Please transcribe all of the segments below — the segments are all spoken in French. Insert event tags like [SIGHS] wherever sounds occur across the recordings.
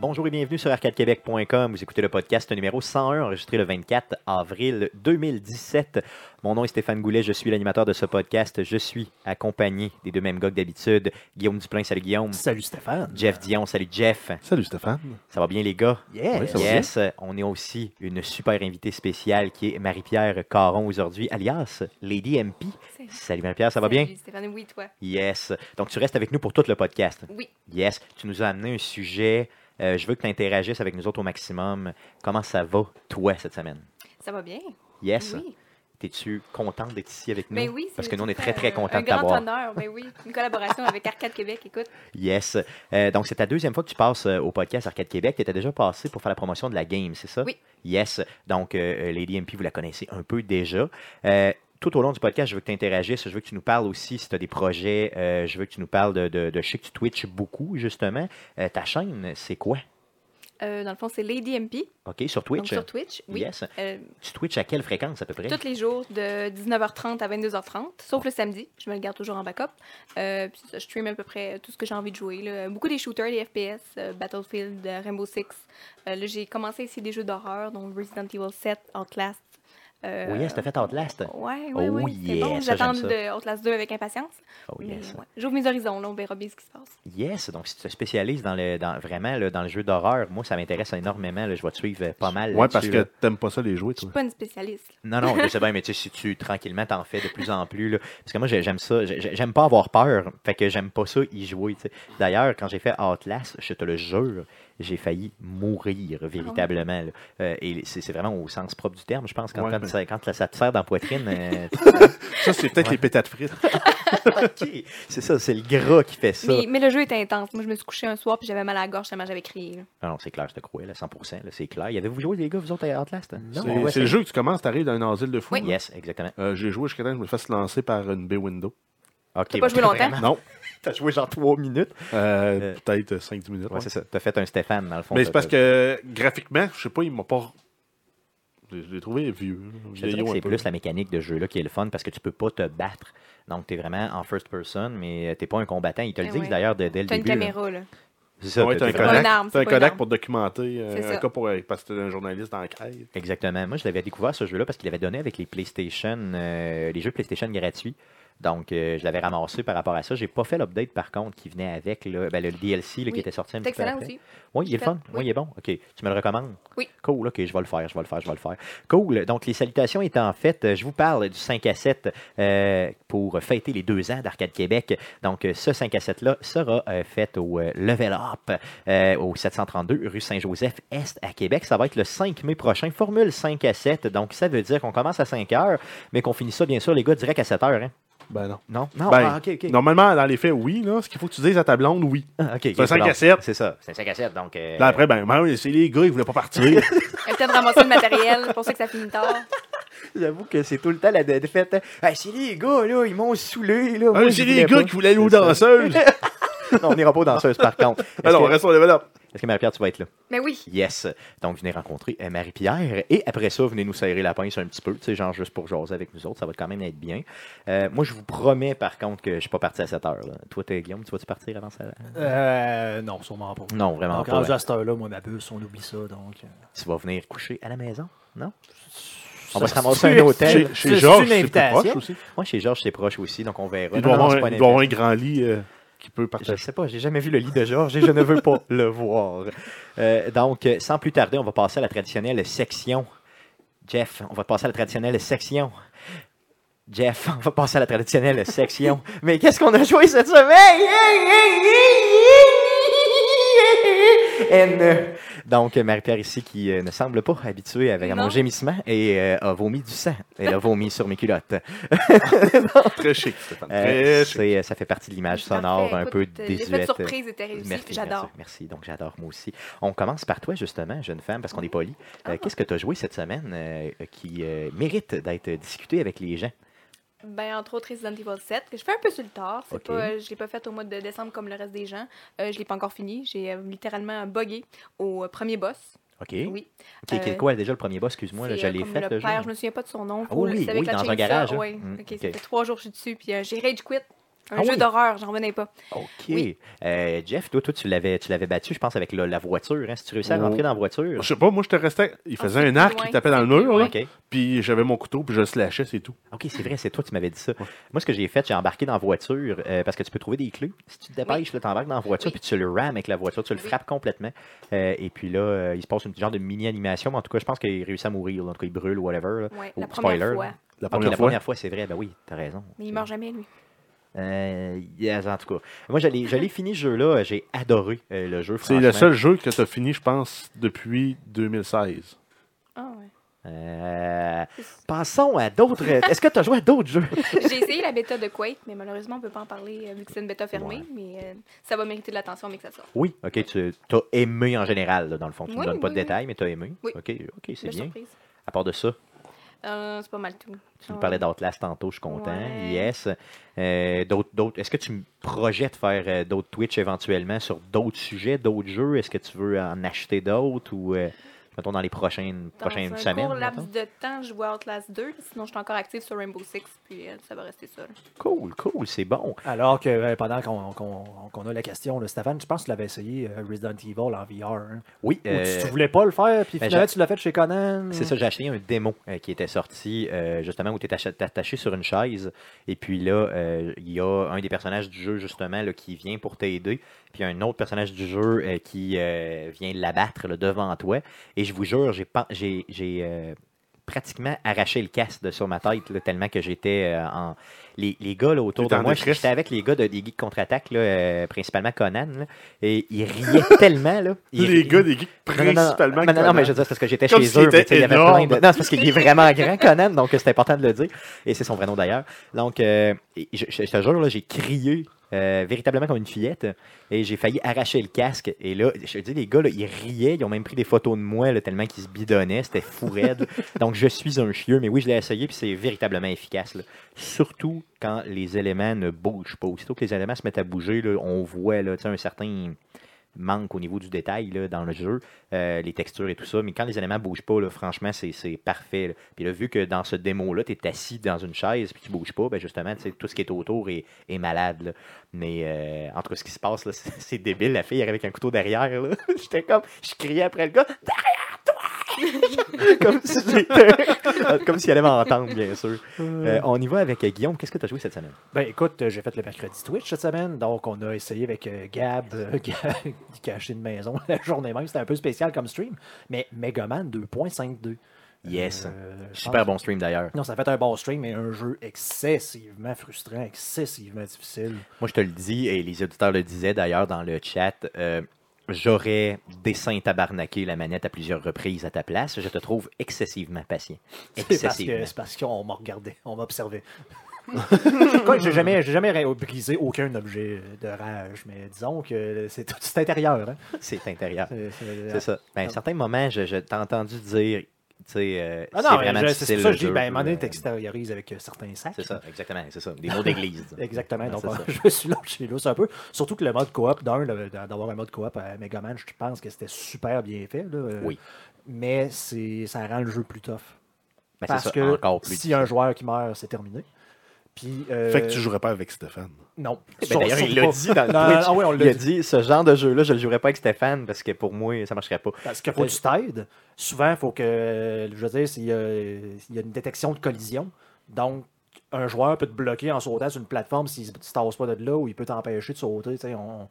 Bonjour et bienvenue sur arcadequebec.com. Vous écoutez le podcast numéro 101, enregistré le 24 avril 2017. Mon nom est Stéphane Goulet, je suis l'animateur de ce podcast. Je suis accompagné des deux mêmes gars que d'habitude. Guillaume Duplain, salut Mm. Guillaume. Salut Stéphane. Jeff Dion, salut Jeff. Salut Stéphane. Ça va bien les gars? Yeah. Oui, ça va yes. On est aussi une super invitée spéciale qui est Marie-Pierre Caron aujourd'hui, alias Lady MP. Salut. Salut Marie-Pierre, ça va bien? Salut, Stéphane, oui, toi. Yes. Donc tu restes avec nous pour tout le podcast. Oui. Yes, tu nous as amené un sujet. Euh, je veux que tu interagisses avec nous autres au maximum. Comment ça va, toi, cette semaine? Ça va bien? Yes. Oui. T'es-tu contente d'être ici avec nous? Ben oui, c'est Parce que nous, tout on est à très, très fait un- contents un de t'avoir. grand honneur, ben oui. Une collaboration avec Arcade Québec, écoute. Yes. Euh, donc, c'est ta deuxième fois que tu passes euh, au podcast Arcade Québec. Tu étais déjà passé pour faire la promotion de la game, c'est ça? Oui. Yes. Donc, euh, Lady MP, vous la connaissez un peu déjà. Euh, tout au long du podcast, je veux que tu interagisses, je veux que tu nous parles aussi si tu as des projets, euh, je veux que tu nous parles de, de, de- Je sais que tu Twitch beaucoup, justement. Euh, ta chaîne, c'est quoi? Euh, dans le fond, c'est Lady MP, OK, sur donc Twitch? sur Twitch. Oui. Yes. Euh, Tu Twitch à quelle fréquence à peu près? tous les jours, de 19h30 à 22h30, sauf le samedi. Je me le garde toujours en backup. Euh, puis ça, je stream à peu près tout ce que j'ai envie de jouer. là. Beaucoup des shooters, des FPS, euh, Battlefield, euh, Rainbow Six. Euh, là, j'ai commencé ici des jeux d'horreur, donc Resident Evil 7, Outlast. Euh, Oh yes, t'as fait Outlast? Ouais, ouais, Oh ouais. c'est yeah, bon, ça, j'aime j'attends ça. de Outlast 2 avec impatience. Oh Mais yes. ouais, J'ouvre mes horizons, là, on verra bien ce qui se passe. Yes, donc si tu te spécialises dans le, dans, vraiment là, dans le jeu d'horreur, moi ça m'intéresse énormément. là, je vais te suivre euh, pas mal. Ouais, parce là-dessus, que là. t'aimes pas ça les jouets, Je suis toi. pas une spécialiste. Non, non, je sais bien, mais tu sais, si tu tranquillement t'en fais de plus en plus, là, parce que moi j'ai- j'aime ça, j'ai- j'aime pas avoir peur, fait que j'aime pas ça y jouer. tu sais. D'ailleurs, quand j'ai fait Outlast, je te le jure, j'ai failli Ah mourir véritablement. là. Euh, et c'est c'est vraiment au sens propre du terme, je pense, quand, Ouais, quand mais- ça, quand ça te serre dans la poitrine, [LAUGHS] euh, [LAUGHS] Ça, c'est peut-être Ouais. les pétates frites. ok, c'est ça, c'est le gras qui fait ça. Mais, mais le jeu était intense. Moi, je me suis couchée un soir puis j'avais mal à la gorge tellement j'avais crié. là. Non, non, c'est clair, je te crois, là, 100%, là, c'est clair. Y avez-vous joué, les gars, vous autres, à Outlast? C'est Ouais, c'est le jeu que tu commences, t'arrives dans un asile de fou. Oui. Yes, exactement. Euh, J'ai joué jusqu'à temps que je me fasse lancer par une B-window. Ok. pas joué longtemps? vraiment, Non, T'as joué genre 3 minutes. euh, peut-être 5-10 minutes. Ouais, ouais. c'est ça. T'as fait un Stéphane, dans le fond. Mais t'as- c'est parce t'as- que graphiquement, je sais pas, il m'a pas. Je l'ai trouvé vieux. je te dirais vieillot que un C'est peu. plus la mécanique de jeu-là qui est le fun parce que tu peux pas te battre. Donc, t'es vraiment en first person, mais euh, t'es pas un combattant. Ils te le Eh disent ouais. d'ailleurs dès, dès le T'as une début. hein. là. caméra, là. C'est ça. Ouais, t'as- t'as un t'as vraiment- Kodak. Kodak, une t'as un arme, c'est pas une Kodak arme. pour documenter, euh, C'est ça. un cas pour, parce que t'es un journaliste d'enquête. Exactement. Moi, je l'avais découvert ce jeu-là parce qu'il avait donné avec les PlayStation, euh, les jeux PlayStation gratuits. Donc, euh, je l'avais ramassé par rapport à ça. J'ai pas fait l'update, par contre, qui venait avec là, ben, le DLC là, qui Oui. était sorti un C'est petit peu excellent après. aussi. Oui, il est J'ai fun. fait, Oui, oui. il est bon. OK. Tu me le recommandes? Oui. Cool. OK, je vais le faire, je vais le faire, je vais le faire. Cool. Donc, les salutations étant faites, euh, je vous parle du 5 à 7 euh, pour fêter les deux ans d'Arcade Québec. Donc, euh, ce 5 à 7-là sera euh, fait au euh, Level Up euh, au 732 rue Saint-Joseph-Est à Québec. Ça va être le 5 mai prochain. Formule 5 à 7. Donc, ça veut dire qu'on commence à 5 heures, mais qu'on finit ça, bien sûr, les gars, direct à 7 heures. Hein? Ben non. Non? Non? Ben, Ah, OK, OK. Normalement, dans les faits, oui. Là, ce qu'il faut que tu dises à ta blonde, oui. Ah, OK, C'est un OK, 5 à bon. 7. C'est ça. C'est un 5 à 7. Donc, euh, Là, après, ben, ben, c'est les gars, ils voulaient pas [LAUGHS] partir. Elle a peut-être ramassé le matériel, c'est pour ça que ça finit tard. J'avoue que c'est tout le temps la défaite. hein. Ah, c'est les gars, là, ils m'ont saoulé, là. Ah, Moi, je c'est les voulais gars pas. qui voulaient aller aux C'est ça. danseuses. Non, on n'ira pas aux danseuses, par [LAUGHS] contre. Est-ce Alors, Ah, on que, reste au level up. est-ce que Marie-Pierre, tu vas être là? Mais oui, Yes. Donc, venez rencontrer euh, Marie-Pierre. Et après ça, venez nous serrer la pince un petit peu, tu sais, genre juste pour jaser avec nous autres. Ça va quand même être bien. Euh, moi, je vous promets, par contre, que je suis pas parti à cette heure. Là. Toi, t'es Guillaume, tu vas-tu partir avant ça? Euh, non, sûrement pas. Non, vraiment Donc, pas. en hein. à cette heure-là, moi, ma puce, on oublie ça. Donc, euh, Tu vas venir coucher à la maison? Non? On va se ça, ramasser à un [LAUGHS] c'est- hôtel. c'est- Chez c'est Georges, une c'est plus invitation. proche aussi. Moi, chez Georges, c'est proche aussi, donc on verra. Il Non, doit non, avoir c'est un- pas il une doit avoir un grand lit euh, qui peut Je partager. sais pas, j'ai jamais vu le lit de Georges et je ne veux pas [LAUGHS] le voir. Euh, donc, euh, sans plus tarder, on va passer à la traditionnelle section. Jeff, on va passer à la traditionnelle section. Jeff, on va passer à la traditionnelle [LAUGHS] section. Mais qu'est-ce qu'on a joué cette semaine? Donc, Marie-Pierre ici qui euh, ne semble pas habituée avec, à mon Non. gémissement et euh, a vomi du sang. Elle a vomi sur mes culottes. Très chic, Stéphane. Euh, Très chic. c'est- ça fait partie de l'image sonore un peu euh, L'effet de désuète. euh, surprise était réussi, Merci, j'adore. Merci, merci. Donc, j'adore moi aussi. On commence par toi, justement, jeune femme, parce qu'on est poli. Euh, Ah. Qu'est-ce que tu as joué cette semaine euh, qui euh, mérite d'être discuté avec les gens? Ben, entre autres, Resident Evil 7, que je fais un peu sur le tard. C'est Ok. pas, euh, je l'ai pas fait au mois de décembre comme le reste des gens. Euh, je l'ai pas encore fini. J'ai euh, littéralement buggé au euh, premier boss. OK. Oui. Qui- qui- euh, quoi, déjà, le premier boss, excuse-moi, là, C'est, je euh, l'ai comme fait, le le jeu. père, je me souviens pas de son nom. Ah faut- oui, c'est avec oui, la dans un chainsaw, garage, hein. ouais. Mm, Ok, ok. ça fait trois jours que je suis dessus, puis euh, j'ai rage quit. Un Ah jeu oui? d'horreur, j'en revenais pas. OK. Oui. Euh, Jeff, toi, toi, tu l'avais tu l'avais battu, je pense, avec la, la voiture. hein, si tu réussis à Oh. rentrer dans la voiture. Je sais pas, moi, je te restais. Il faisait c'était un arc, Ah, loin, il tapait dans le c'était mur, là, loin. OK. puis j'avais mon couteau, puis je le slashais, c'est tout. OK, c'est vrai, c'est toi qui m'avais dit ça. Moi, ce que j'ai fait, j'ai embarqué dans la voiture euh, parce que tu peux trouver des clés. Si tu te dépêches, là, tu embarques dans la voiture Oui. puis tu le rames avec la voiture, tu le Oui. frappes complètement. Euh, et puis là, euh, il se passe une genre de mini-animation, mais en tout cas, je pense qu'il réussit à mourir. là. En tout cas, il brûle ou whatever. là. Ouais, Oh, la première spoiler, fois. là. La Ok, première la fois. première fois, c'est vrai. Ben oui, t'as raison. Mais il meurt jamais, lui. Euh, yes, en tout cas. Moi, j'allais j'allais finir ce jeu-là. J'ai adoré euh, le jeu. C'est le franchement. seul jeu que tu as fini, je pense, depuis 2016. Ah ouais. Euh, [LAUGHS] passons à d'autres. Est-ce que tu as joué à d'autres jeux? J'ai essayé la bêta de Quake, mais malheureusement, on peut pas en parler euh, vu que c'est une bêta fermée, Ouais. mais euh, ça va mériter de l'attention, mais que ça sorte. Oui, ok, tu as aimé en général, là, dans le fond. Tu ne Oui, donnes pas oui, de oui. détails, mais tu as aimé. Oui. Ok, ok, c'est Belle bien. surprise. À part de ça, Euh, c'est pas mal tout. tu nous Ouais. parlais d'Outlast tantôt, je suis content. Ouais. Yes. Euh, d'autres, d'autres, est-ce que tu me projettes faire euh, d'autres Twitch éventuellement sur d'autres sujets, d'autres jeux? Est-ce que tu veux en acheter d'autres ou, euh, mettons, dans les prochaines, Dans prochaines un semaines? court laps mettons? de temps, je joue à Outlast 2, sinon je suis encore active sur Rainbow Six, puis euh, ça va rester ça. là. Cool, cool, c'est bon. Alors que euh, pendant qu'on qu'on- qu'on a la question, là, Stéphane, je pense que tu l'avais essayé euh, Resident Evil en VR. hein. Oui, Ou euh, tu, tu voulais pas le faire, puis ben, finalement, j'ai- tu l'as fait chez Conan. C'est ça, j'ai acheté un démo euh, qui était sorti euh, justement où tu es attaché sur une chaise. Et puis là, euh, il y a un des personnages du jeu justement là, qui vient pour t'aider. Puis un autre personnage du jeu euh, qui euh, vient l'abattre là, devant toi. Et je vous jure, j'ai pas- j'ai- j'ai, euh, pratiquement arraché le casque de sur ma tête là, tellement que j'étais euh, en. Les, les gars là, autour de T'étais en moi, détresse. j'étais avec les gars de, des geeks contre-attaque, là, euh, principalement Conan, là, et ils riaient [LAUGHS] tellement. Là, Ils les ri- gars, des geeks non, non, non, principalement. non, non, non, Conan. mais je veux dire, c'est parce que j'étais Comme chez s'il eux. mais était tu sais, il y avait plein énorme. de... Non, c'est parce qu'il est vraiment grand, Conan, donc euh, c'est important de le dire. Et c'est son vrai nom d'ailleurs. Donc, euh, et je, je- je te jure, là, j'ai crié euh, véritablement comme une fillette et j'ai failli arracher le casque. Et là, je te dis, les gars, là, ils riaient, ils ont même pris des photos de moi là, tellement qu'ils se bidonnaient, c'était fou raide. [LAUGHS] donc, je suis un chieux, mais oui, je l'ai essayé puis c'est véritablement efficace. là. Surtout quand les éléments ne bougent pas. Aussitôt que les éléments se mettent à bouger, là, on voit là, tu sais, un certain manque au niveau du détail là, dans le jeu, euh, les textures et tout ça. Mais quand les éléments bougent pas, là, franchement, c'est- c'est parfait. là. Puis là, vu que dans ce démo-là, tu es assis dans une chaise puis tu bouges pas, ben justement, tu sais, tout ce qui est autour est, est malade. là. Mais euh, en tout cas, ce qui se passe, là, [LAUGHS] c'est c'est débile. La fille arrive avec un couteau derrière. là. [LAUGHS] J'étais comme, je criais après le gars, derrière toi! [LAUGHS] comme si j'étais- comme s'il allait m'entendre, bien sûr. Euh, on y va avec euh, Guillaume. Qu'est-ce que tu as joué cette semaine? Ben écoute, euh, j'ai fait le mercredi Twitch cette semaine, donc on a essayé avec euh, Gab euh, [LAUGHS] qui a- qui a acheté une maison [LAUGHS] la journée même. C'était un peu spécial comme stream, mais Megaman 2.52. Yes. Euh, je Super pense- bon stream d'ailleurs. Non, ça a fait un bon stream, mais un jeu excessivement frustrant, excessivement difficile. Moi, je te le dis, et les auditeurs le disaient d'ailleurs dans le chat, euh, j'aurais dessin tabarnaqué la manette à plusieurs reprises à ta place. Je te trouve excessivement patient. [LAUGHS] C'est parce que- Excessivement. c'est parce qu'on m'a regardé, on [LAUGHS] m'a observé. Quoi, j'ai jamais, j'ai jamais ré- brisé aucun objet de rage, mais disons que c'est tout c'est intérieur. Hein? C'est intérieur. C'est- c'est- euh, C'est ça. Ben, à certains moments, je, je t'ai entendu dire, tu sais, euh, Ah c'est non, mais vraiment je- c'est difficile pour ça le que je dis, jeu, ben, à un moment donné, euh, t'extériorises avec euh, certains sacs. C'est ça, exactement, c'est ça. Des mots d'église. disons. [LAUGHS] Exactement, Ouais, donc euh, c'est ça. je suis là, je suis là, c'est un peu. Surtout que le mode coop, d'un, le- d'avoir un mode coop à Megaman, je pense que c'était super bien fait. là. Euh, Oui. Mais c'est- ça rend le jeu plus tough. Ben, c'est parce ça, que encore plus. si un joueur qui meurt, c'est terminé. Puis, euh, Fait que tu jouerais pas avec Stéphane. Non. Ben, [LAUGHS] D'ailleurs, il l'a dit dans le Non, Twitch. ah oui, on l'a il a dit. dit, ce genre de jeu-là, je le jouerais pas avec Stéphane parce que pour moi, ça marcherait pas. Parce qu'il faut que tu t'aides. Souvent, il faut que, euh, je veux dire, s'il y, a- s'il y a une détection de collision, donc un joueur peut te bloquer en sautant sur une plateforme s'il ne se tasse pas de là ou il peut t'empêcher de sauter. tu sais, on- on-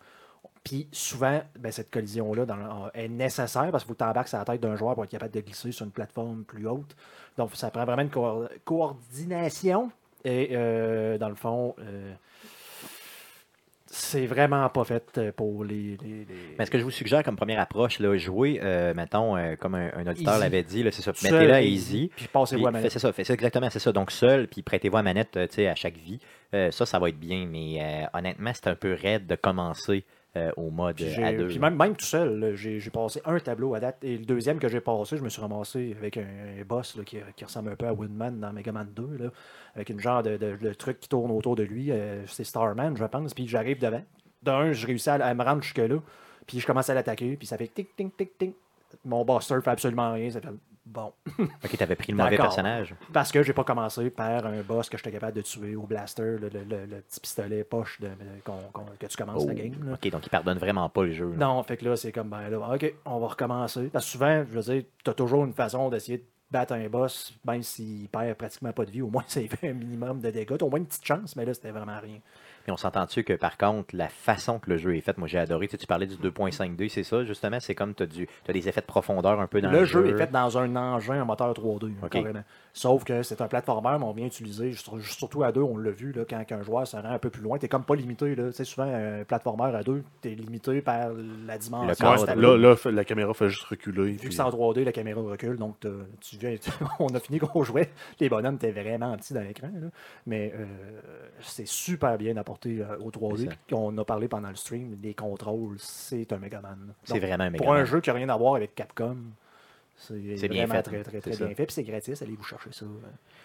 Puis souvent, ben, cette collision-là dans le- est nécessaire parce qu'il faut que tu embarques sur la tête d'un joueur pour être capable de glisser sur une plateforme plus haute. Donc, ça prend vraiment une coor- coordination et, euh, dans le fond, euh, c'est vraiment pas fait euh, pour les- les- les... Mais ce que je vous suggère comme première approche, là, jouer, euh, mettons, euh, comme un, un auditeur Easy. l'avait dit, là, c'est ça, Seul mettez-la et easy. Puis passez-vous à Puis, manette. C'est ça, fait- c'est exactement, c'est ça. Donc seul, puis prêtez-vous à manette euh, tu sais, à chaque vie. Euh, ça, ça va être bien, mais euh, honnêtement, c'est un peu raide de commencer euh, au mode Puis, euh, j'ai- à deux. puis même, même tout seul, là, j'ai j'ai passé un tableau à date. Et le deuxième que j'ai passé, je me suis ramassé avec un, un boss là, qui, qui ressemble un peu à Windman dans Mega Man 2, là, avec une genre de, de- de truc qui tourne autour de lui. euh, C'est Starman, je pense. Puis j'arrive devant. D'un, je réussis à, à me rendre jusque-là. Puis je commence à l'attaquer. Puis ça fait tic, tic, tic, tic. Mon boss ne fait absolument rien. Ça fait Bon. Ok, t'avais pris le mauvais D'accord. personnage. Parce que j'ai pas commencé par un boss que j'étais capable de tuer au blaster, le, le- le- le petit pistolet poche de- qu'on- qu'on- que tu commences Oh. Ah, la game. là. Ok, donc il pardonne vraiment pas le jeu. là. Non, fait que là, c'est comme, ben là, OK, on va recommencer. Parce que souvent, je veux dire, t'as toujours une façon d'essayer de battre un boss, même s'il perd pratiquement pas de vie, au moins [LAUGHS] ça fait un minimum de dégâts. T'as au moins une petite chance, mais là, c'était vraiment rien. Puis on s'entend-tu que par contre, la façon que le jeu est fait, moi j'ai adoré. Tu, sais, tu parlais du 2.5D, c'est ça justement C'est comme tu as, des effets de profondeur un peu dans le, le jeu, est fait dans un engin, un moteur 3D, Ok. carrément. Sauf que c'est un platformer, mais on vient utiliser, sur- surtout à deux, on l'a vu, là, quand un joueur se rend un peu plus loin, t'es comme pas limité. Là. Tu sais, souvent, un platformer à deux, t'es limité par la dimension. Le Ouais, cadre, c'est à là. deux. là, là, fait- la caméra fait juste reculer. Vu que puis- euh, c'est en 3D, la caméra recule, donc t'as- tu [LAUGHS] viens, on a fini qu'on jouait. Les bonhommes étaient vraiment petits dans l'écran. là. Mais euh, c'est super bien apporté euh, au 3D. C'est ça. Puis on a parlé pendant le stream, les contrôles, c'est un Megaman. là. C'est Donc, vraiment un Pour un Megaman. jeu qui n'a rien à voir avec Capcom, c'est C'est bien fait, vraiment très, hein. très, C'est très ça. bien fait. Puis c'est gratis, allez vous chercher ça. euh.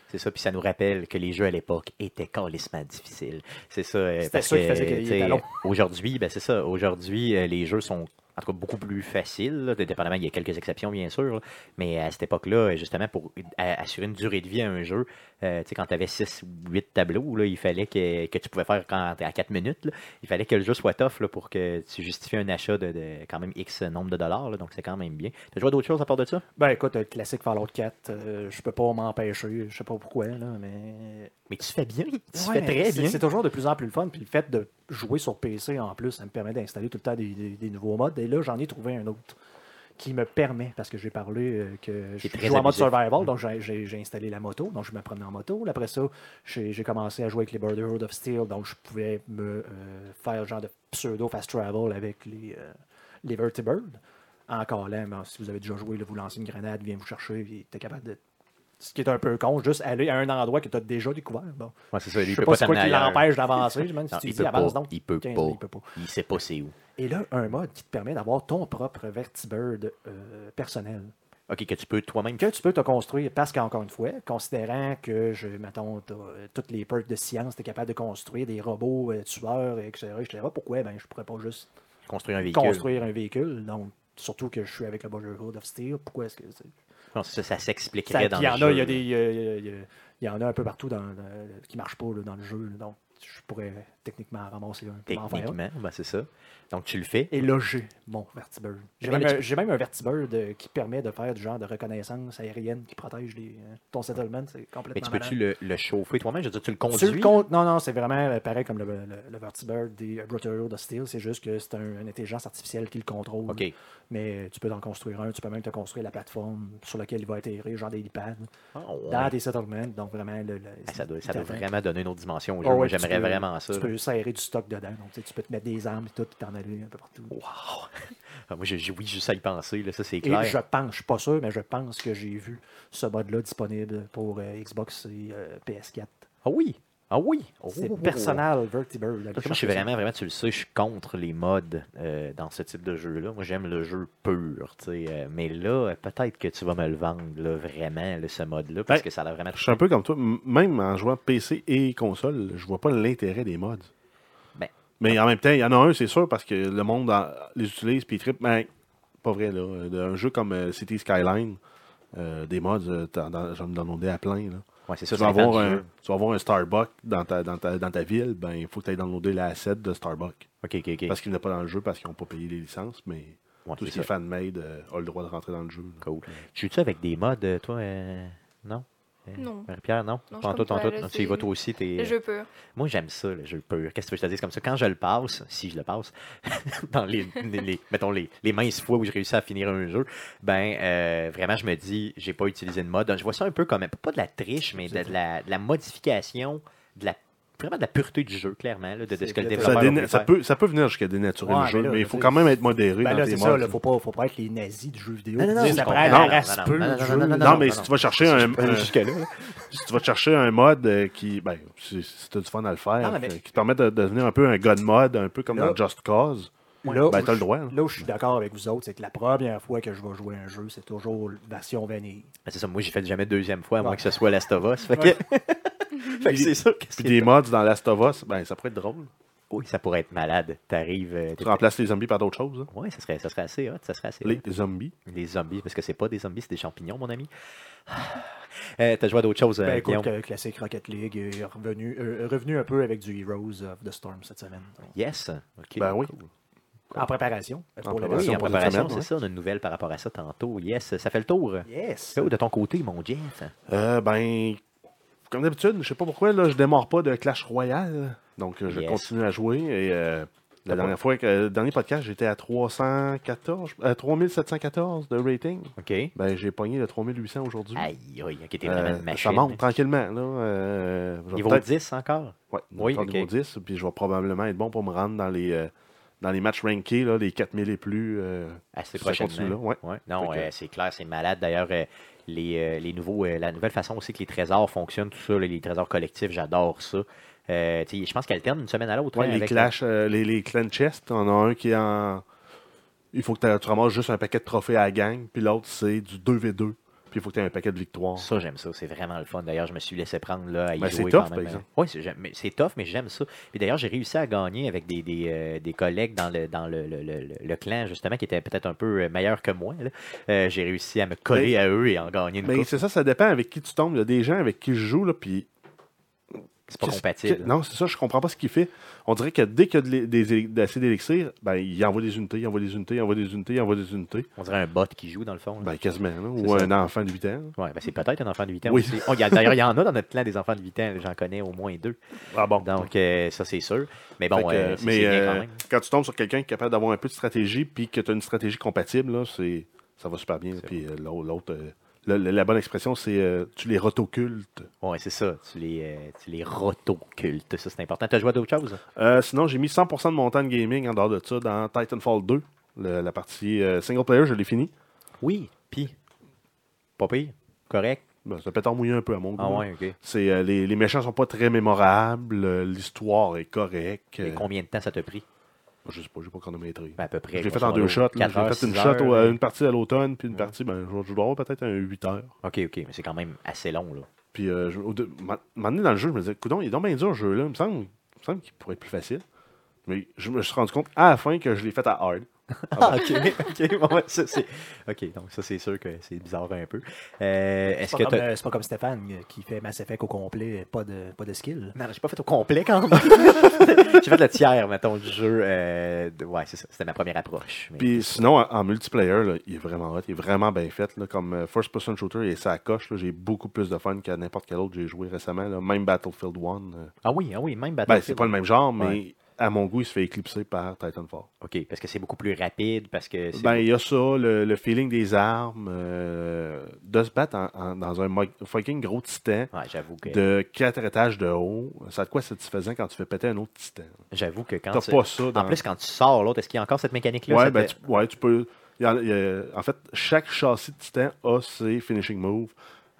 C'est ça, puis ça nous rappelle que les jeux à l'époque étaient calissement difficiles. C'est ça. euh, C'était parce ça qui que, faisait qu'il tu était sais, long. Aujourd'hui, ben c'est ça. Aujourd'hui, euh, les jeux sont en tout cas beaucoup plus faciles, là, dépendamment, il y a quelques exceptions bien sûr, là. mais à cette époque-là, euh, justement, pour a- assurer une durée de vie à un jeu, euh, tu sais, quand tu avais 6 ou 8 tableaux, là, il fallait que, que tu pouvais faire quand, à 4 minutes, là, il fallait que le jeu soit tough là, pour que tu justifies un achat de, de quand même X nombre de dollars, là, donc c'est quand même bien. Tu as joué à d'autres choses à part de ça? Ben écoute, le classique Fallout 4, euh, je peux pas m'empêcher, je sais pas pourquoi, là, mais Mais tu fais bien, tu Ouais, fais très c'est- bien. C'est toujours de plus en plus le fun. Puis le fait de jouer sur PC en plus, ça me permet d'installer tout le temps des, des- des nouveaux modes. Et là, j'en ai trouvé un autre qui me permet, parce que j'ai parlé euh, que Qui est je très Mm. joue en mode abusif. survival, donc j'ai- j'ai j'ai installé la moto, donc je me promenais en moto. Après ça, j'ai j'ai commencé à jouer avec les Brotherhood of Steel, donc je pouvais me euh, faire le genre de pseudo fast travel avec les, euh, les Vertibird. Encore là, mais si vous avez déjà joué, là, vous lancez une grenade, viens vous chercher, puis t'es capable de ce qui est un peu con, juste aller à un endroit que tu as déjà découvert. Bon. Ouais, c'est ça, lui, il je sais peut pas pas c'est quoi qui t'amener ailleurs. l'empêche d'avancer. je me demande si Non, tu il lui peut dis avance pas, donc. il peut 15, pas. il peut pas. Il sait pas c'est où. Et là, un mode qui te permet d'avoir ton propre Vertibird euh, personnel OK, que tu peux toi-même. que tu peux te construire parce qu'encore une fois, considérant que, je, mettons, t'as, euh, toutes les perks de science, tu es capable de construire des robots euh, tueurs, etc., etc., pourquoi ben, je pourrais pas juste Construire un véhicule. construire un véhicule? Donc, surtout que je suis avec le Brotherhood of Steel, pourquoi est-ce que... c'est- Non, c'est ça, ça Ça, s'expliquerait dans puis il y le en jeu. a, il y a là. des, euh, il y a- il y en a un peu partout dans, le- qui marchent pas là, dans le jeu. là. donc, je pourrais techniquement ramasser un. pour en faire un. Techniquement, ben, c'est ça. Donc, tu le fais. Et là, j'ai mon Vertibird. J'ai Mais même, là, tu- un- j'ai même un Vertibird euh, qui permet de faire du genre de reconnaissance aérienne qui protège les, euh, ton settlement. C'est complètement Mais tu peux-tu malade. le, le chauffer toi-même? Je veux dire, tu le Tu conduis. le con- Non, non, c'est vraiment euh, pareil comme le, le, le Vertibird des euh, Brotherhood of Steel. C'est juste que c'est un, une intelligence artificielle qui le contrôle. OK. Mais euh, tu peux en construire un. Tu peux même te construire la plateforme sur laquelle il va atterrir, genre des lipads, Ah, ouais. dans des settlements. Donc vraiment, le, le- Ah, ça doit, ça doit t'attends. vraiment donner une autre dimension au jeu. Ah ouais, Moi, tu J'aimerais peux- vraiment ça. Tu là. peux serrer du stock dedans. Donc, tu sais, tu peux te mettre des armes et tout, puis t'en aller un peu partout. Wow! [LAUGHS] Ah, moi, je jouis juste à y penser. Là, ça, c'est Et clair. Ah je pense, je suis pas sûr, mais je pense que j'ai vu ce mode-là disponible pour euh, Xbox et euh, PS4. Ah oui! Ah oui! Oh, C'est oh, oh. Personal Vertibird. allez Parce que moi, je suis chercher ça. vraiment, vraiment, tu le sais, je suis contre les modes euh, dans ce type de jeu-là. Moi, j'aime le jeu pur, tu sais. euh, mais là, euh, peut-être que tu vas me le vendre, là, vraiment, là, ce mode-là, parce Ben, que ça a l'air vraiment... Je suis un peu comme toi. M- Même en jouant PC et console, je vois pas l'intérêt des mods. Ben. Mais en même temps, il y en a un, c'est sûr, parce que le monde en- les utilise puis ils trippent. Ben, pas vrai, là. Un jeu comme euh, City Skyline, euh, des mods, euh, t'en- dans- j'en ai downloadé à plein. Là. Ouais, c'est ça, Tu, ça vas dépend avoir du un, jeu. tu vas avoir un Starbucks dans ta, dans ta, dans ta ville, ben, il faut que tu ailles downloader l'asset de Starbucks. OK, OK, OK. Parce qu'il n'est pas dans le jeu, parce qu'ils n'ont pas payé les licences, mais Ouais, Ah, tout c'est ce qui est ça. fan-made euh, a le droit de rentrer dans le jeu. là. Cool. Joues-tu avec des modes, euh, toi? euh, Non? Euh, Non. Marie-Pierre, non? Non, je suis Pantoute, comme toi, pantoute. là, Non, Tu c'est- y vas toi aussi, t'es... Le jeu pur. Moi, j'aime ça, le jeu pur. Qu'est-ce que tu veux que je te dise comme ça? Quand je le passe, si je le passe, [LAUGHS] dans les, les- les- mettons, les, les minces fois où j'ai réussi à finir un jeu, ben, euh, vraiment, je me dis, j'ai pas utilisé de mode. Donc, je vois ça un peu comme, pas de la triche, mais de, de la, de la modification, de la, vraiment de la pureté du jeu, clairement, là, de, de ce que le Ça, Ça développeur a déna- voulu ça faire. peut, ça peut venir jusqu'à dénaturer Ouais, le jeu, mais là, mais il je faut sais. quand même être modéré Ben dans là, tes c'est mods. ça, là, faut pas, faut pas être les nazis du jeu vidéo. Non, non, non, Dire, je ça comprends. prend Non, la non, race non, peu non, du non, jeu. non, non, Non, mais si tu vas chercher Si un, je peux aller un- jusque-là, là. si tu vas chercher un mod euh, qui, ben, si, si t'as du fun à le faire, Ah, mais- euh, qui te permet de, de devenir un peu un gun mod, un peu comme Là- dans Just Cause, Là, ben où t'as le je- droit. là. Là où je suis d'accord avec vous autres, c'est que la première fois que je vais jouer à un jeu, c'est toujours version vanille. Ben, c'est ça, moi, j'ai fait jamais de deuxième fois, à moins Ouais. que ce soit [LAUGHS] Last of Us. Fait que, Fait que c'est ça. qu'est-ce Puis qui des est- mods dans Last of Us, ben ça pourrait être drôle. Oui, ça pourrait être malade. T'arrives. euh, Tu t'es- remplaces les zombies par d'autres choses. hein. Ouais, ça serait, ça serait assez hot. Ça serait assez Les hot. zombies. Les zombies, parce que c'est pas des zombies, c'est des champignons, mon ami. [SIGHS] Euh, T'as joué à d'autres choses, euh, Ben, écoute, Guillaume? que classique Rocket League est revenu, euh, revenu un peu avec du Heroes of the Storm cette semaine. Donc, Yes. OK. Ben Ben oui. En préparation. euh, Pour la préparation. Oui, en pour cette préparation, semaine, c'est ouais. ça. On a une nouvelle par rapport à ça tantôt. Yes, ça fait le tour. Yes! Oh, de ton côté, mon Jeff. Euh, ben, comme d'habitude, je sais pas pourquoi, là, je démarre pas de Clash Royale. Donc, euh, je Yes. continue à jouer. Et euh, la dernière fois, que- le dernier podcast, j'étais à 314, euh, 3714 de rating. OK. Aïe, Ben, j'ai pogné le 3800 aujourd'hui. aïe, OK, t'es vraiment Euh, une machine. hein. ça monte tranquillement. Là, euh, je vais Niveau peut-être- 10 encore? Ouais, Oui, encore ok. niveau 10, puis je vais probablement être bon pour me rendre dans les, euh, dans les matchs rankés, là, les 4000 et plus. euh, Assez Ça continue prochainement. là, ouais. hein. Non, Fait que- euh, c'est clair, c'est malade. D'ailleurs, euh, les, euh, les nouveaux, euh, la nouvelle façon aussi que les trésors fonctionnent, tout ça, là, les trésors collectifs, j'adore ça. Euh, tu sais, je pense qu'elle alternent une semaine à l'autre. ouais, hein, les avec- clash, euh, les, les clan chests, on a un qui est en. Il faut que t'a- tu ramasses juste un paquet de trophées à la gang, puis l'autre c'est du 2v2, puis il faut que tu aies un paquet de victoires. Ça, j'aime ça. C'est vraiment le fun. D'ailleurs, je me suis laissé prendre là, à y Ben, c'est jouer tough, quand par même. exemple. Oui, c'est j'aime- mais c'est tough, mais j'aime ça. Puis d'ailleurs, j'ai réussi à gagner avec des, des, euh, des collègues dans, le, dans le, le- le- le clan, justement, qui étaient peut-être un peu euh, meilleurs que moi. là. Euh, j'ai réussi à me coller Mais- à eux et à en gagner une Mais coupe. c'est ça, ça dépend avec qui tu tombes. Il y a des gens avec qui je joue, là, puis. C'est pas qu'est-ce- compatible. que- non, c'est ça, je comprends pas ce qu'il fait. On dirait que dès qu'il y a de l'é- des, éli- assez d'élixir, ben, il envoie des unités, il envoie des unités, il envoie des unités, il envoie des unités. On dirait un bot qui joue, dans le fond. là. Ben, quasiment, là, ou C'est ça. un enfant de 8 ans. Ouais, ben, c'est peut-être un enfant de 8 ans. Oui. aussi. Oh, il y a- D'ailleurs, il y en a dans notre clan des enfants de 8 ans. J'en connais au moins deux. Ah bon. Donc, euh, ça, c'est sûr. Mais Fait bon, que, euh, c'est mais c'est bien quand euh, même. quand tu tombes sur quelqu'un qui est capable d'avoir un peu de stratégie, puis que tu as une stratégie compatible, là, c'est, ça va super bien. Puis euh, l'au- l'autre, euh, le- le- la bonne expression, c'est euh, tu les rotocultes. Ouais, c'est ça. Tu les, euh, tu les rotocultes. Ça, c'est important. Tu as joué à d'autres choses? Euh, sinon, j'ai mis 100% de mon temps de gaming en dehors de ça dans Titanfall 2. Le- la partie euh, single player, je l'ai fini. Oui, puis. Pas pire. Correct. Ben, ça peut être mouillé un peu à mon goût. Ah là. ouais, ok. C'est, euh, les, les méchants sont pas très mémorables, euh, l'histoire est correcte. Et euh, combien de temps ça t'a pris? je sais pas, j'ai pas chronométré. Ben, à peu près. je l'ai fait grosso en deux modo, shots. là. quatre heures, J'ai fait une six shot heures, au- là. une partie à l'automne, puis une partie, ben, je, je dois avoir peut-être un 8 heures. Ok, ok, mais c'est quand même assez long, là. [LAUGHS] Puis, euh, je, au de- m'a- m'a donné dans le jeu, je me disais, coudon, il est donc bien dur, le jeu-là. Il me semble, il me semble qu'il pourrait être plus facile. Mais je me suis rendu compte à la fin que je l'ai fait à hard. Ah, ok, [LAUGHS] ok. bon, ouais, ça, c'est- [LAUGHS] ok, donc ça, c'est sûr que c'est bizarre un peu. Euh, Est-ce C'est que pas, comme, t'as. euh, c'est pas comme Stéphane euh, qui fait Mass Effect au complet, pas de, pas de skill. Non, j'ai pas fait au complet quand [LAUGHS] même. j'ai fait le tiers, mettons, du jeu. euh, de- Ouais, c'est ça. C'était ma première approche. mais- Puis sinon, en, en multiplayer, là, il est vraiment hot, il est vraiment bien fait. là, comme euh, First Person Shooter, et ça coche. là, J'ai beaucoup plus de fun qu'à n'importe quel autre que j'ai joué récemment. là. Même Battlefield 1. euh, Ah oui, ah oui, même ben, Battlefield. c'est pas le même genre, mais Ouais. à mon goût, il se fait éclipser par Titanfall. Ok, parce que c'est beaucoup plus rapide, parce que. c'est- Ben, il y a ça, le, le feeling des armes, euh, de se battre en- en- dans un mo- fucking gros titan. Ouais, j'avoue que. de quatre étages de haut, ça a de quoi satisfaisant quand tu fais péter un autre titan. J'avoue que quand. T'as tu- pas ça En dans- plus, quand tu sors l'autre, est-ce qu'il y a encore cette mécanique-là ouais, ça ben, te- tu, ouais, tu peux. il y en, il y a- en fait, chaque châssis de titan a ses finishing moves.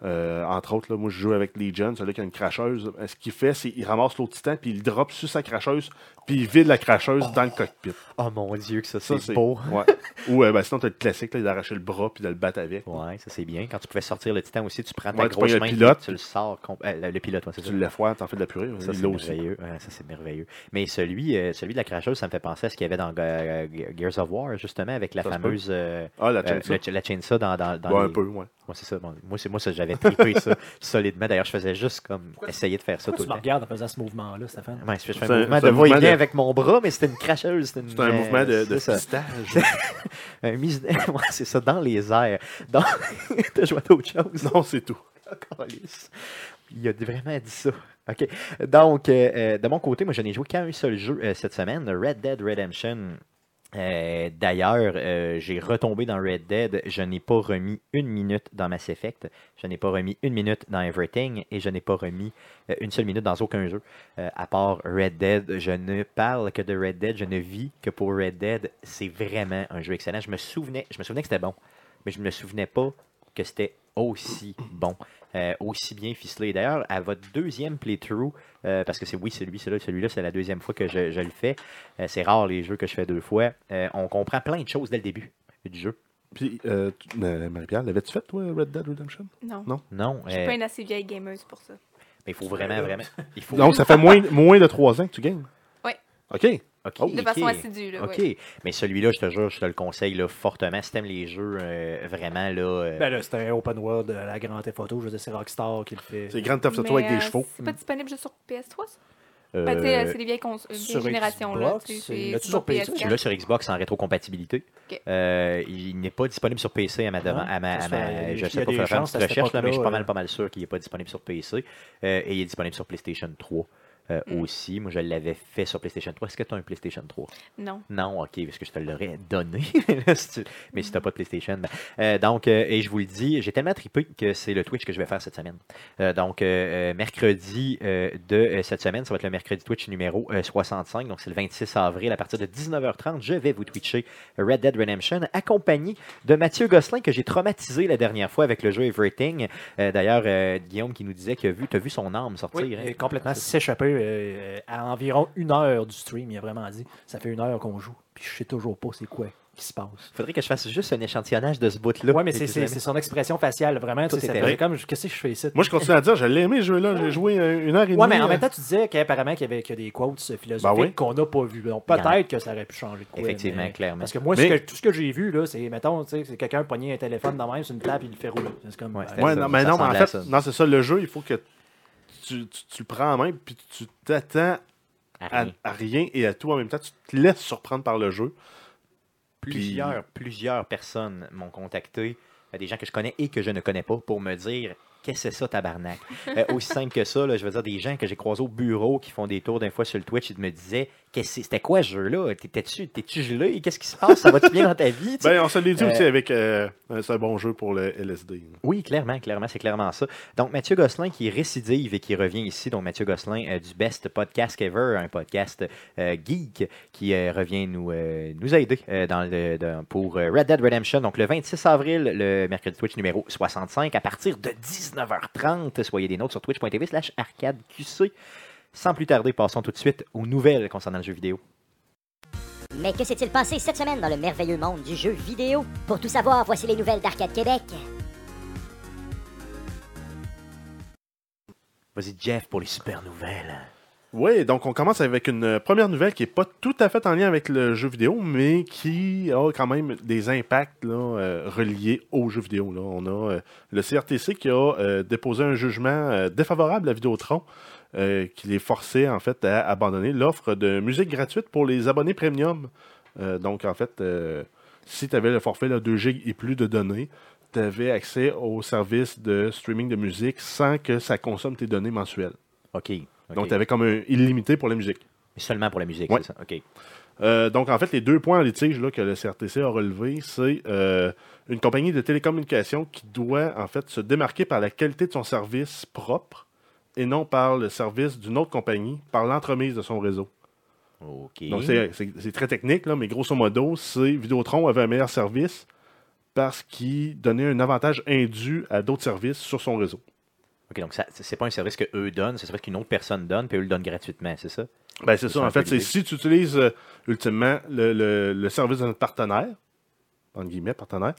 Euh, entre autres, là, moi je joue avec Legion, celui qui a une cracheuse. Euh, Ce qu'il fait, c'est qu'il ramasse l'autre titan, puis il drop sur sa cracheuse, puis il vide la cracheuse dans le cockpit. Oh mon dieu, que ça, Ça, c'est beau. Ouais. Ou euh, ben, sinon, tu as le classique là, d'arracher le bras, puis de le battre avec. Ouais, ça c'est bien. Quand tu pouvais sortir le titan aussi, tu prends ta Ouais, tu grosse prends le main, pilote. tu le sors. com- euh, le- le pilote, ouais, c'est ça. Tu le foires, t'en fais de la purée. hein, Ça, il c'est l'a aussi. merveilleux. Ouais, ça, c'est merveilleux. Mais celui, euh, celui de la cracheuse, ça me fait penser à ce qu'il y avait dans euh, Ge- Gears of War, justement, avec la Ça se peut. fameuse. euh, Ah, la euh, chaîne, ça. le- la chainsaw dans, dans, dans Ouais, les- un peu, ouais. Ouais, c'est ça. Bon, moi, c'est moi, ça, j'avais trippé ça [LAUGHS] solidement. D'ailleurs, je faisais juste comme essayer de faire ça Pourquoi tout tu le me temps. Euh, regardes en faisant ce mouvement-là, Stéphane? Ouais, je fais C'est un- un mouvement c'est de un va-et-vient mouvement de- avec mon bras, mais c'était une cracheuse. C'était une, C'est un euh, mouvement de, c'est de ça. pistage. Euh, Un mise- [LAUGHS] Ouais, c'est ça, dans les airs. Dans... [LAUGHS] T'as joué à d'autres choses? non, c'est tout. Câlisse. Il a vraiment dit ça. OK. Donc, euh, euh, de mon côté, moi, je n'ai joué qu'à un seul jeu euh, cette semaine, Red Dead Redemption. Euh, D'ailleurs, euh, j'ai retombé dans Red Dead. Je n'ai pas remis une minute dans Mass Effect. Je n'ai pas remis une minute dans Everything. Et je n'ai pas remis euh, une seule minute dans aucun jeu. Euh, à part Red Dead, je ne parle que de Red Dead. Je ne vis que pour Red Dead. C'est vraiment un jeu excellent. Je me souvenais, je me souvenais que c'était bon. Mais je ne me souvenais pas que c'était aussi bon, euh, aussi bien ficelé. D'ailleurs, à votre deuxième playthrough, euh, parce que c'est oui, celui, celui-là, celui-là, c'est la deuxième fois que je, je le fais. Euh, c'est rare les jeux que je fais deux fois. Euh, on comprend plein de choses dès le début du jeu. Puis, euh, tu- euh, Marie-Pierre, l'avais-tu fait, toi, Red Dead Redemption? Non. Non. Non, Je suis euh, pas mais une assez vieille gameuse pour ça. il faut vraiment, vraiment. Il faut... Non, ça fait moins, moins de 3 ans que tu gagnes. Ouais. OK. Oh, OK. de façon assidue. Là, OK. ouais. Mais celui-là, je te jure, je te le conseille là, fortement. Si t'aimes les jeux, euh, vraiment, là. euh, Ben là, c'était un open world à la grande photo. Je veux dire, c'est Rockstar qui le fait. C'est Grand Theft Auto Mais, avec des euh, chevaux. Hmm. C'est pas disponible juste sur PS3, ça? euh, Ben, tu sais, c'est des vieilles, cons- des sur générations. Là, Xbox, tu sais, c'est- c'est l'as-tu pas sur PS4? Celui-là sur Xbox en rétrocompatibilité. Ok. Euh, il n'est pas disponible sur PC à ma demande. à ma- Ah, ça se à ma- fait, il y a des- je il y sais a pas, des faut faire une chances petite à cette recherche, là, mais je suis pas époque-là, mal, pas mal sûr qu'il n'est pas disponible sur PC. Euh, et il est disponible sur PlayStation 3 euh, Mm. aussi. Moi, je l'avais fait sur PlayStation 3. Est-ce que tu as un PlayStation 3? Non. Non, ok, parce que je te l'aurais donné. [LAUGHS] Si tu- Mais si t'as pas de PlayStation. ben- Euh, donc, euh, et je vous le dis, j'ai tellement trippé que c'est le Twitch que je vais faire cette semaine. Euh, donc, euh, euh, mercredi euh, de euh, cette semaine, ça va être le mercredi Twitch numéro euh, 65. Donc, c'est le 26 avril à partir de 19h30. Je vais vous twitcher Red Dead Redemption, accompagné de Mathieu Gosselin que j'ai traumatisé la dernière fois avec le jeu Everything. Euh, D'ailleurs, euh, Guillaume qui nous disait que vu, t'as vu son arme sortir. Oui, hein? et complètement s'échapper euh, à environ une heure du stream. Il a vraiment dit ça fait une heure qu'on joue, puis je sais toujours pas c'est quoi qui se passe. Faudrait que je fasse juste un échantillonnage de ce bout-là. Ouais, mais Et c'est puis, c'est- c'est son expression faciale, vraiment. Tout tu sais, est ça vrai. faisait comme je- qu'est-ce que je fais ici Moi, je continue à dire, je l'ai aimé, ce jeu-là. J'ai joué euh, une heure et demie. Ouais, mais en même euh, temps, tu disais qu'apparemment qu'il y, avait- qu'il y a des quotes euh, philosophiques Ben oui. qu'on n'a pas vues. Donc Il y en a. peut-être que ça aurait pu changer de quoi. Effectivement, mais- clairement. Parce que moi, Mais- ce que- tout ce que j'ai vu, là, c'est, mettons, tu sais, c'est quelqu'un pogner un téléphone dans même sur une table et il le fait rouler. C'est comme, Ouais, euh, c'était- Ouais, Ça- non, mais ça non, mais en ressemblait fait, à ça. non, c'est ça, le jeu, il faut que tu, tu- tu le prends en main, puis tu t'attends à, Arrête. à rien et à tout en même temps. Tu te laisses surprendre par le jeu. Puis- plusieurs, plusieurs personnes m'ont contacté, euh, des gens que je connais et que je ne connais pas, pour me dire Qu'est-ce que c'est ça, tabarnak [LAUGHS] Euh, Aussi simple que ça, là, je veux dire, des gens que j'ai croisés au bureau qui font des tours d'un fois sur le Twitch, ils me disaient Qu'est-ce que c'est- C'était quoi ce jeu-là T'étais-tu t'es-tu gelé Qu'est-ce qui se passe Ça va-tu bien dans ta vie Tu sais, Ben, on se l'est dit Euh, aussi avec. euh, euh, c'est un bon jeu pour le LSD. oui, clairement, clairement, c'est clairement ça. Donc, Mathieu Gosselin qui récidive et qui revient ici. Donc, Mathieu Gosselin euh, du Best Podcast Ever, un podcast euh, geek qui euh, revient nous, euh, nous aider euh, dans le, dans- pour euh, Red Dead Redemption. Donc, le 26 avril, le mercredi Twitch numéro 65, à partir de 19h30. Soyez des nôtres sur twitch.tv slash arcadeqc. Sans plus tarder, passons tout de suite aux nouvelles concernant le jeu vidéo. Mais que s'est-il passé cette semaine dans le merveilleux monde du jeu vidéo Pour tout savoir, voici les nouvelles d'Arcade Québec. Vas-y, Jeff, pour les super nouvelles. Oui, donc on commence avec une euh, première nouvelle qui n'est pas tout à fait en lien avec le jeu vidéo, mais qui a quand même des impacts là, euh, reliés au jeu vidéo. Là. On a euh, le CRTC qui a euh, déposé un jugement euh, défavorable à Vidéotron, euh, qui les forçait en fait à abandonner l'offre de musique gratuite pour les abonnés premium. Euh, donc en fait, euh, si tu avais le forfait là, 2 gigs et plus de données, tu avais accès au service de streaming de musique sans que ça consomme tes données mensuelles. OK. ok. Donc, tu avais comme un illimité pour la musique. Mais Seulement pour la musique, Ouais. c'est ça? OK. Euh, donc, en fait, les deux points en litige là, que le CRTC a relevé, c'est euh, une compagnie de télécommunications qui doit, en fait, se démarquer par la qualité de son service propre et non par le service d'une autre compagnie, par l'entremise de son réseau. OK. Donc, c'est- c'est c'est très technique, là, mais grosso modo, c'est Vidéotron avait un meilleur service parce qu'il donnait un avantage indu à d'autres services sur son réseau. OK, donc ça, c'est pas un service que eux donnent, c'est un service qu'une autre personne donne, puis eux le donnent gratuitement, c'est ça? Ben, c'est C'est ça. un En peu fait, c'est l'idée. si tu utilises euh, ultimement le, le- le service de notre partenaire, entre guillemets, partenaire,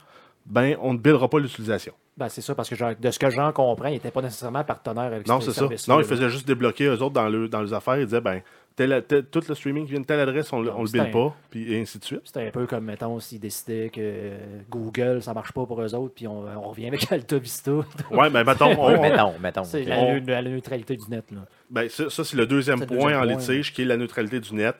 ben, on ne billera pas l'utilisation. ben, c'est ça, parce que genre, de ce que j'en comprends, il n'était pas nécessairement partenaire avec Non, ces c'est ça. services-là, Non, ils là. faisaient juste débloquer eux autres dans, le, dans leurs affaires. Ils disaient, ben, tel- tel- tout le streaming qui vient de telle adresse, on ne Non, le c'est bille un- pas, puis et ainsi de suite. C'était un peu comme, mettons, s'ils décidaient que euh, Google, ça marche pas pour eux autres, puis on, on revient avec [LAUGHS] Alta Vista. Ouais, ben, mettons, Oui, on- mais non, mettons. Oh, c'est ok. la, on- la neutralité du net. Là. ben, ça, ça, c'est le deuxième C'est le point deuxième en point, litige, qui est la neutralité du net,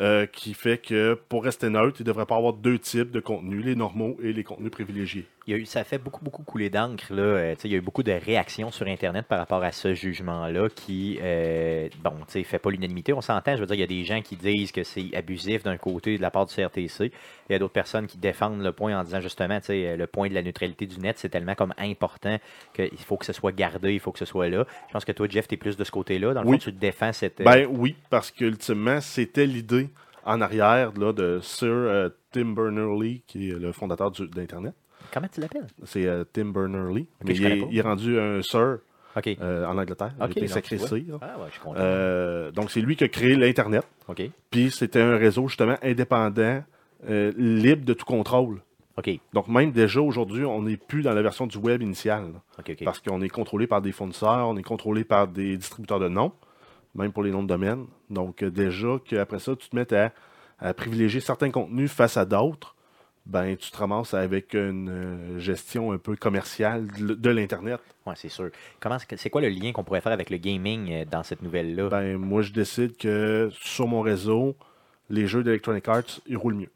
euh, qui fait que pour rester neutre, il ne devrait pas avoir deux types de contenus, les normaux et les contenus privilégiés. Il y a eu, ça fait beaucoup, beaucoup couler d'encre. là. Euh, tu sais, il y a eu beaucoup de réactions sur Internet par rapport à ce jugement-là qui, euh, bon, tu sais, fait pas l'unanimité. On s'entend, je veux dire, il y a des gens qui disent que c'est abusif d'un côté de la part du CRTC. Il y a d'autres personnes qui défendent le point en disant justement, tu sais, euh, le point de la neutralité du net, c'est tellement comme important qu'il faut que ce soit gardé, il faut que ce soit là. Je pense que toi, Jeff, tu es plus de ce côté-là. Dans le Oui. fond, tu défends cette... euh, Ben oui, parce qu'ultimement, c'était l'idée en arrière là, de Sir euh, Tim Berners-Lee, qui est le fondateur du- d'Internet. Comment tu l'appelles? C'est euh, Tim Berners-Lee. mais je il connais est, pas. il est rendu un Sir OK. euh, en Angleterre. Il a OK, été donc, sacré tu vois. Sir. Ah ouais, je suis content. Euh, donc, c'est lui qui a créé l'Internet. OK. Puis, c'était un réseau justement indépendant, euh, libre de tout contrôle. OK. Donc, même déjà aujourd'hui, on n'est plus dans la version du web initiale. là. OK, OK. Parce qu'on est contrôlé par des fournisseurs, on est contrôlé par des distributeurs de noms. même pour les noms de domaine. Donc, euh, déjà qu'après ça, tu te mets à, à privilégier certains contenus face à d'autres, ben, tu te ramasses avec une euh, gestion un peu commerciale de l- de l'Internet. Ouais, c'est sûr. Comment, est-ce que- c'est quoi le lien qu'on pourrait faire avec le gaming euh, dans cette nouvelle-là? Ben, moi, je décide que sur mon réseau, les jeux d'Electronic Arts, ils roulent mieux.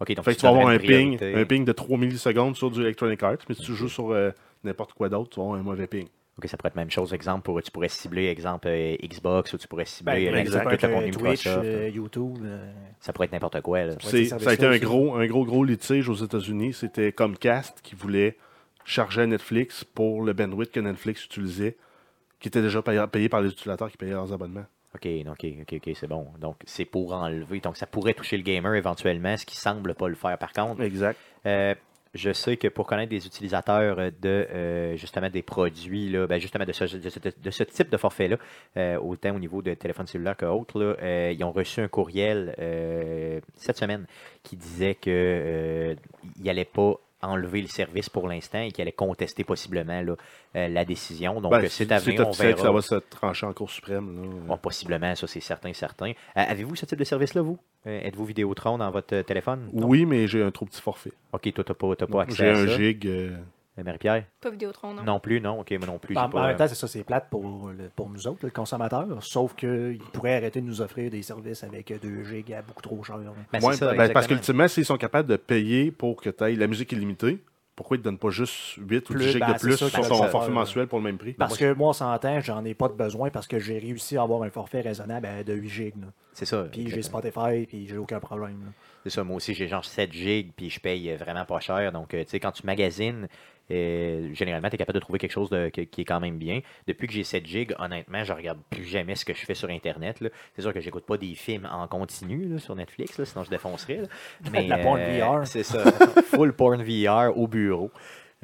OK, donc Fait que tu vas avoir un ping, un ping de 3 millisecondes sur du Electronic Arts, mais si tu joues sur euh, n'importe quoi d'autre, tu vas avoir un mauvais ping. OK, ça pourrait être même chose. Exemple, pour, tu pourrais cibler, exemple, euh, Xbox ou tu pourrais Ben, cibler euh, ben, exemple, ça peut tout le être, contenu euh, Twitch, Microsoft. euh, YouTube. euh, Ça pourrait être n'importe quoi. là. Ouais, C'est- c'est ça a service été un aussi. gros, un gros, gros litige aux États-Unis. C'était Comcast qui voulait charger à Netflix pour le bandwidth que Netflix utilisait, qui était déjà payé, payé par les utilisateurs qui payaient leurs abonnements. OK, OK, OK, OK, c'est bon. Donc, c'est pour enlever. Donc, ça pourrait toucher le gamer éventuellement, ce qui semble pas le faire par contre. Exact. Euh, je sais que pour connaître des utilisateurs euh, de euh, justement des produits, là, ben, justement de ce, de ce- de ce type de forfait-là, euh, autant au niveau de téléphone cellulaire que autre, là, euh, ils ont reçu un courriel euh, cette semaine qui disait que euh, il n'allait pas enlever le service pour l'instant et qu'il allait contester possiblement là, euh, la décision. Donc Ben, c'est à venir, on officiel que ça verra. va se trancher en Cour suprême. là. Bon, possiblement, ça c'est certain, certain. Euh, Avez-vous ce type de service-là, vous? Euh, Êtes-vous Vidéotron dans votre euh, téléphone? Non? oui, mais j'ai un trop petit forfait. OK, toi, t'as pas, t'as pas accès J'ai à un ça. gig. euh, Euh, Marie-Pierre? Pas Vidéotron, non. Non. plus, non. OK, moi non plus. En, j'ai pas- euh, en même temps, c'est ça, c'est plate pour, le- pour nous autres, le consommateur. Sauf qu'ils pourraient arrêter de nous offrir des services avec 2 gigas beaucoup trop cher. Ben, c'est Ouais, ça, ben, parce exactement. qu'ultimement, s'ils sont capables de payer pour que tu ailles la musique illimitée, pourquoi ils te donnent pas juste 8 ou 10 Plus, gigs ben, de c'est plus ça sur que ton ça- forfait euh, mensuel pour le même prix? Parce que moi, on s'entend, j'en ai pas de besoin parce que j'ai réussi à avoir un forfait raisonnable à- de 8 gigs. là. C'est ça. Puis j'ai exactement. Spotify, puis j'ai aucun problème. là. C'est ça, moi aussi, j'ai genre 7 gigs, puis je paye euh, vraiment pas cher. Donc, euh, tu sais, quand tu magasines, euh, généralement, tu es capable de trouver quelque chose de- que- qui est quand même bien. Depuis que j'ai 7 gigs, honnêtement, je regarde plus jamais ce que je fais sur Internet. là. C'est sûr que j'écoute pas des films en continu là, sur Netflix, là, sinon je [LAUGHS] défoncerais. là. Mais, euh, la porn VR. C'est ça. Full porn VR au bureau.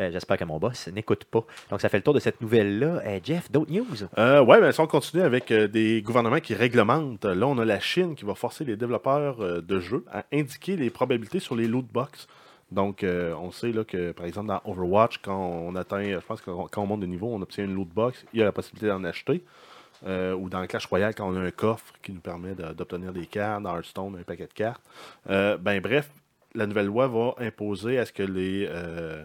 Euh, J'espère que mon boss n'écoute pas. Donc, ça fait le tour de cette nouvelle-là. Euh, Jeff, d'autres news? Euh, ouais, ben, si on continue avec euh, des gouvernements qui réglementent, là, on a la Chine qui va forcer les développeurs euh, de jeux à indiquer les probabilités sur les loot box. Donc, euh, on sait là, que, par exemple, dans Overwatch, quand on atteint, euh, je pense que quand on monte de niveau, on obtient une loot box, il y a la possibilité d'en acheter. Euh, ou dans Clash Royale, quand on a un coffre qui nous permet de- d'obtenir des cartes, dans Hearthstone, un paquet de cartes. Euh, ben, bref, la nouvelle loi va imposer à ce que les, euh,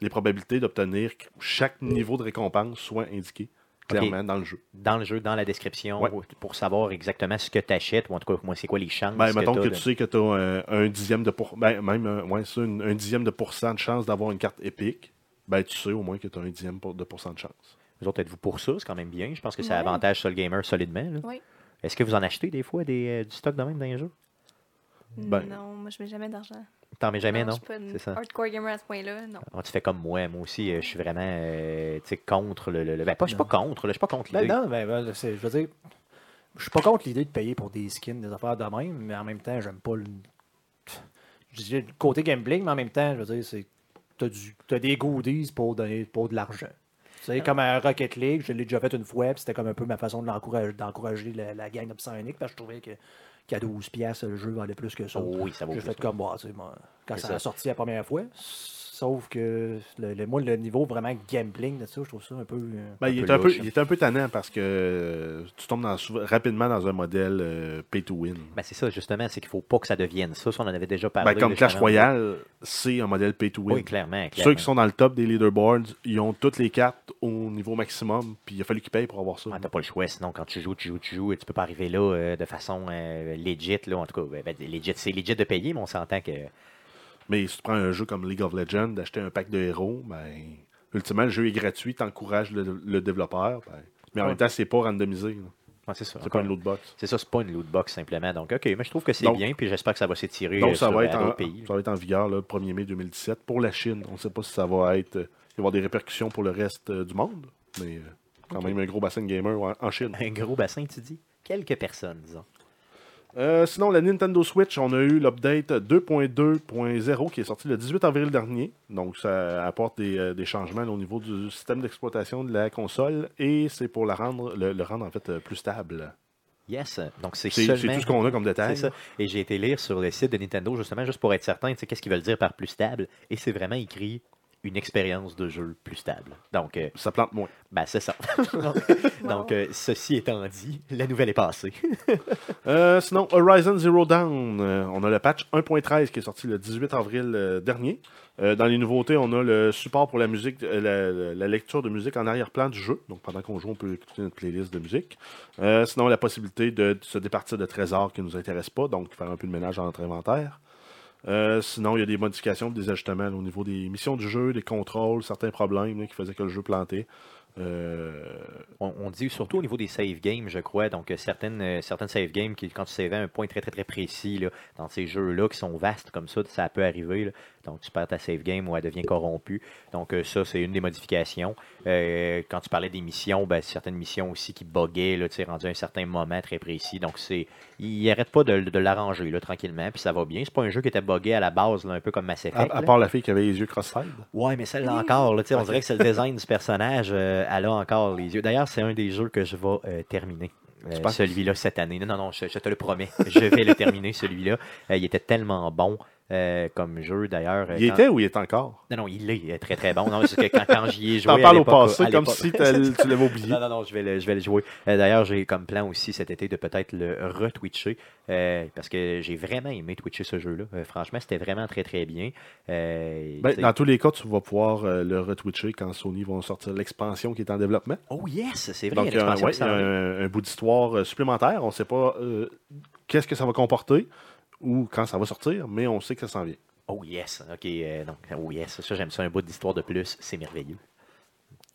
les probabilités d'obtenir chaque niveau de récompense soient indiquées clairement dans le jeu. dans le jeu, dans la description, Ouais. ou- pour savoir exactement ce que tu achètes, ou en tout cas, moi, c'est quoi les chances. Ben, que mettons t'as que de- tu sais que tu as un, un dixième de pour... ben, même un, ouais, ça, une- un dixième de pourcent de chance d'avoir une carte épique, ben tu sais au moins que tu as un dixième pour- de pourcent de chance. Vous autres, êtes-vous pour ça? C'est quand même bien. Je pense que ça Ouais. avantage sur le gamer solidement. là. Oui. Est-ce que vous en achetez des fois des, euh, du stock de même dans les jeux? Ben- Non, moi, je mets jamais d'argent. T'en mets jamais, Ben, non? Non, Je suis pas une C'est ça. hardcore gamer à ce point-là, non. Ah, tu fais comme moi. Moi aussi, euh, je suis vraiment euh, tu sais, contre le. le- le- ben, pas, je suis pas Non. contre. là, Je suis pas contre Ben l'idée. non, ben, ben, c'est- je veux dire, je suis pas contre l'idée de payer pour des skins, des affaires de même, mais en même temps, j'aime pas le. Je dis le côté gambling, mais en même temps, je veux dire, c'est. T'as, du, t'as des goodies pour, donner, pour de l'argent. Tu sais, comme un Rocket League, je l'ai déjà fait une fois, puis c'était comme un peu ma façon de l'encourager, d'encourager la, la gang d'Obsonic, parce que je trouvais que, qu'à 12$, piastres, le jeu valait plus que ça. Oh oui, ça vaut J'ai plus fait que comme, bah, tu sais, moi, quand C'est ça, ça. a sorti la première fois, sauf que le, le- moi, le niveau vraiment gambling de ça, je trouve ça un peu. euh, Ben, il, peu est un peu, louche, hein. il est un peu tannant parce que euh, tu tombes dans- souvent- rapidement dans un modèle euh, pay to win. Ben, c'est ça, justement. C'est qu'il faut pas que ça devienne ça. Ça, on en avait déjà Ben, parlé. comme là, Clash justement. Royale, c'est un modèle pay to win. Oui, clairement. Ceux clairement. qui sont dans le top des leaderboards, ils ont toutes les cartes au niveau maximum, puis il a fallu qu'ils payent pour avoir ça. Ah, t'as pas le choix, sinon quand tu joues, tu joues, tu joues, et tu peux pas arriver là euh, de façon euh, legit, là, en tout cas, ben, ben, legit, c'est legit de payer, mais on s'entend que Mais si tu prends un jeu comme League of Legends, d'acheter un pack de héros, ben, ultimement, le jeu est gratuit, t'encourages le, le développeur. ben, mais en Ouais. même temps, c'est pas randomisé. là. Ouais, c'est ça. C'est pas encore- une loot box. C'est ça, c'est pas une loot box simplement. Donc, OK, mais je trouve que c'est Donc- bien, puis j'espère que ça va s'étirer euh, Donc, ça sur, va, euh, être à en, d'autres pays. ça va être en vigueur là, le 1er mai 2017 pour la Chine. On ne sait pas si ça va être. euh, il va y avoir des répercussions pour le reste euh, du monde, mais euh, quand même un gros bassin de gamers en, en Chine. Un gros bassin, tu dis Quelques personnes, disons. Euh, sinon, la Nintendo Switch, on a eu l'update 2.2.0 qui est sorti le 18 avril dernier. Donc, ça apporte des, euh, des changements là, au niveau du système d'exploitation de la console et c'est pour la rendre, le, le rendre en fait euh, plus stable. Yes. Donc, c'est C'est seulement... c'est tout ce qu'on a comme C'est détail. ça. Et j'ai été lire sur le site de Nintendo, justement, juste pour être certain, tu sais, qu'est-ce qu'ils veulent dire par plus stable. Et c'est vraiment écrit une expérience de jeu plus stable. Donc, euh, Ça plante moins. ben, c'est [LAUGHS] ça. Donc, euh, ceci étant dit, la nouvelle est passée. Euh, sinon, Horizon Zero Dawn, euh, on a le patch 1.13 qui est sorti le 18 avril euh, dernier. Euh, dans les nouveautés, on a le support pour la musique, euh, la, la lecture de musique en arrière-plan du jeu. Donc pendant qu'on joue, on peut écouter notre playlist de musique. Euh, sinon, la possibilité de se départir de trésors qui ne nous intéressent pas, donc faire un peu de ménage dans notre inventaire. Euh, sinon, il y a des modifications, des ajustements là, au niveau des missions du jeu, des contrôles, certains problèmes là, qui faisaient que le jeu plantait. Euh, On, on dit surtout au niveau des save games, je crois. Donc, euh, certaines, euh, certaines save games, qui, quand tu savais un point très, très, très précis là, dans ces jeux-là qui sont vastes comme ça, ça peut arriver. là. Donc, tu perds ta save game ou elle devient corrompue. Donc, euh, ça, c'est une des modifications. Euh, quand tu parlais des missions, ben, certaines missions aussi qui buggaient, là, tu sais, rendu à un certain moment très précis. Donc, c'est il n'arrête pas de, de l'arranger là, tranquillement, puis ça va bien. C'est pas un jeu qui était buggé à la base, là, un peu comme Mass Effect. à, à là. part la fille qui avait les yeux cross-eyed. Ouais, mais celle-là encore, là, tu sais, on dirait que c'est le design du personnage. euh, elle a encore les yeux. D'ailleurs, c'est un des jeux que je vais euh, terminer. euh, Tu penses- celui-là cette année. Non, non, non, je, je te le promets. Je vais le terminer, celui-là. Euh, il était tellement bon euh, comme jeu, d'ailleurs. euh, Il quand- était ou il est encore? Non, non, il est euh, très, très bon. Non, c'est que quand, quand j'y ai joué. T'en à parles au l'époque, passé à comme l'époque- si [LAUGHS] t'as- tu l'avais oublié. Non, non, non, je vais le, je vais le jouer. Euh, D'ailleurs, j'ai comme plan aussi cet été de peut-être le retwitcher euh, parce que j'ai vraiment aimé twitcher ce jeu-là. Euh, franchement, c'était vraiment très, très bien. Euh, Ben, tu sais- dans tous les cas, tu vas pouvoir euh, le retwitcher quand Sony vont sortir l'expansion qui est en développement. Oh yes, c'est vrai, Donc, il y il y a a un, l'expansion ouais, qui il y a s'en vient. un- un bout d'histoire euh, supplémentaire. On ne sait pas euh, qu'est-ce que ça va comporter ou quand ça va sortir, mais on sait que ça s'en vient. Oh yes, ok, euh, donc, oh yes, ça j'aime ça, un bout d'histoire de plus, c'est merveilleux.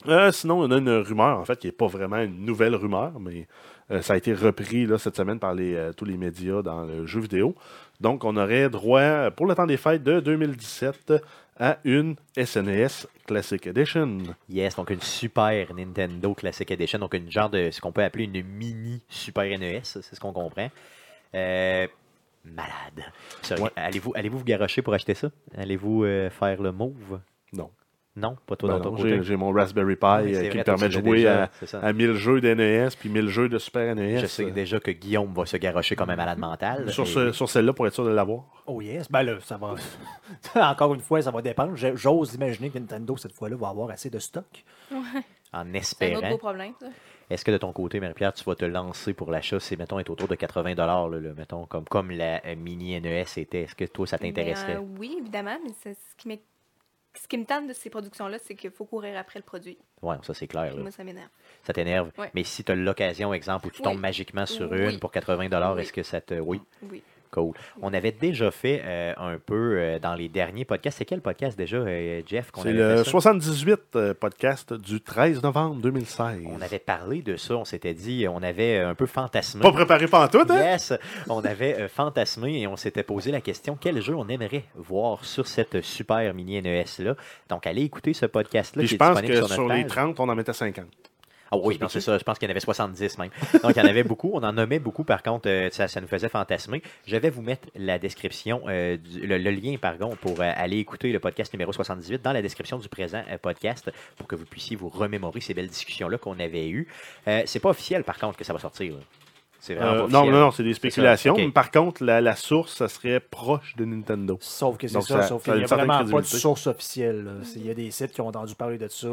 Euh, sinon, on a une rumeur, en fait, qui n'est pas vraiment une nouvelle rumeur, mais euh, ça a été repris là, cette semaine par les, euh, tous les médias dans le jeu vidéo. Donc, on aurait droit, pour le temps des fêtes de 2017, à une SNES Classic Edition. Yes, donc une super Nintendo Classic Edition, donc une genre de ce qu'on peut appeler une mini Super NES, c'est ce qu'on comprend. Euh, malade. Sérieux, Ouais. Allez-vous allez vous garocher pour acheter ça Allez-vous euh, faire le move Non. Non, pas toi Ben dans ton non, côté. j'ai- J'ai mon Raspberry Pi euh, Ouais, c'est qui vrai, toi, tu me permet de l'as jouer déjà, à, c'est ça. à 1000 jeux d'NES puis 1000 jeux de Super E NES. Je sais déjà que Guillaume va se garocher comme un malade mental. euh, Sur, mais- ce- sur celle-là pour être sûr de l'avoir. Oh yes, ben là, ça va. [LAUGHS] Encore une fois, ça va dépendre. J'ai- J'ose imaginer que Nintendo, cette fois-là, va avoir assez de stock. En C'est un autre espérant. beau problème, ça. Est-ce que de ton côté, Marie-Pierre, tu vas te lancer pour l'achat si, mettons, est autour de 80 là, là, mettons, comme, comme la euh, mini NES était? Est-ce que toi, ça t'intéresserait? Ben, euh, oui, évidemment, mais c'est ce qui m'est- ce qui me tente de ces productions-là, c'est qu'il faut courir après le produit. Ouais, ça, c'est clair. Puis là. Moi, ça m'énerve. Ça t'énerve. Ouais. Mais si tu as l'occasion, exemple, où tu Oui. tombes magiquement sur Oui. une pour 80 Oui. est-ce que ça te. Oui. Oui. Cool. On avait déjà fait euh, un peu euh, dans les derniers podcasts. C'est quel podcast déjà, euh, Jeff, qu'on C'est avait le fait ça? 78 euh, podcast du 13 novembre 2016. On avait parlé de ça, on s'était dit, on avait euh, un peu fantasmé. Pas préparé pas en tout, hein? Yes! On avait euh, fantasmé et on s'était posé la question quel jeu on aimerait voir sur cette super mini NES-là. Donc, allez écouter ce podcast-là. Puis qui je est pense disponible que sur, sur notre les page. 30, on en mettait 50. Ah oui, non, c'est ça. Je pense qu'il y en avait 70 même. Donc, il y en avait beaucoup. On en nommait beaucoup. Par contre, euh, ça, ça nous faisait fantasmer. Je vais vous mettre la description, euh, du- le, le lien, pardon, pour euh, aller écouter le podcast numéro 78 dans la description du présent euh, podcast pour que vous puissiez vous remémorer ces belles discussions-là qu'on avait eues. Euh, c'est pas officiel, par contre, que ça va sortir. là. C'est vraiment Euh, pas non, officiel. non, non, c'est des spéculations. ok. mais Par contre, la, la source, ça serait proche de Nintendo. Sauf que c'est Donc, ça, ça- sauf ça qu'il a n'y a une certaine vraiment pas de crédibilité. source officielle. là. C'est- Il y a des sites qui ont entendu parler de ça,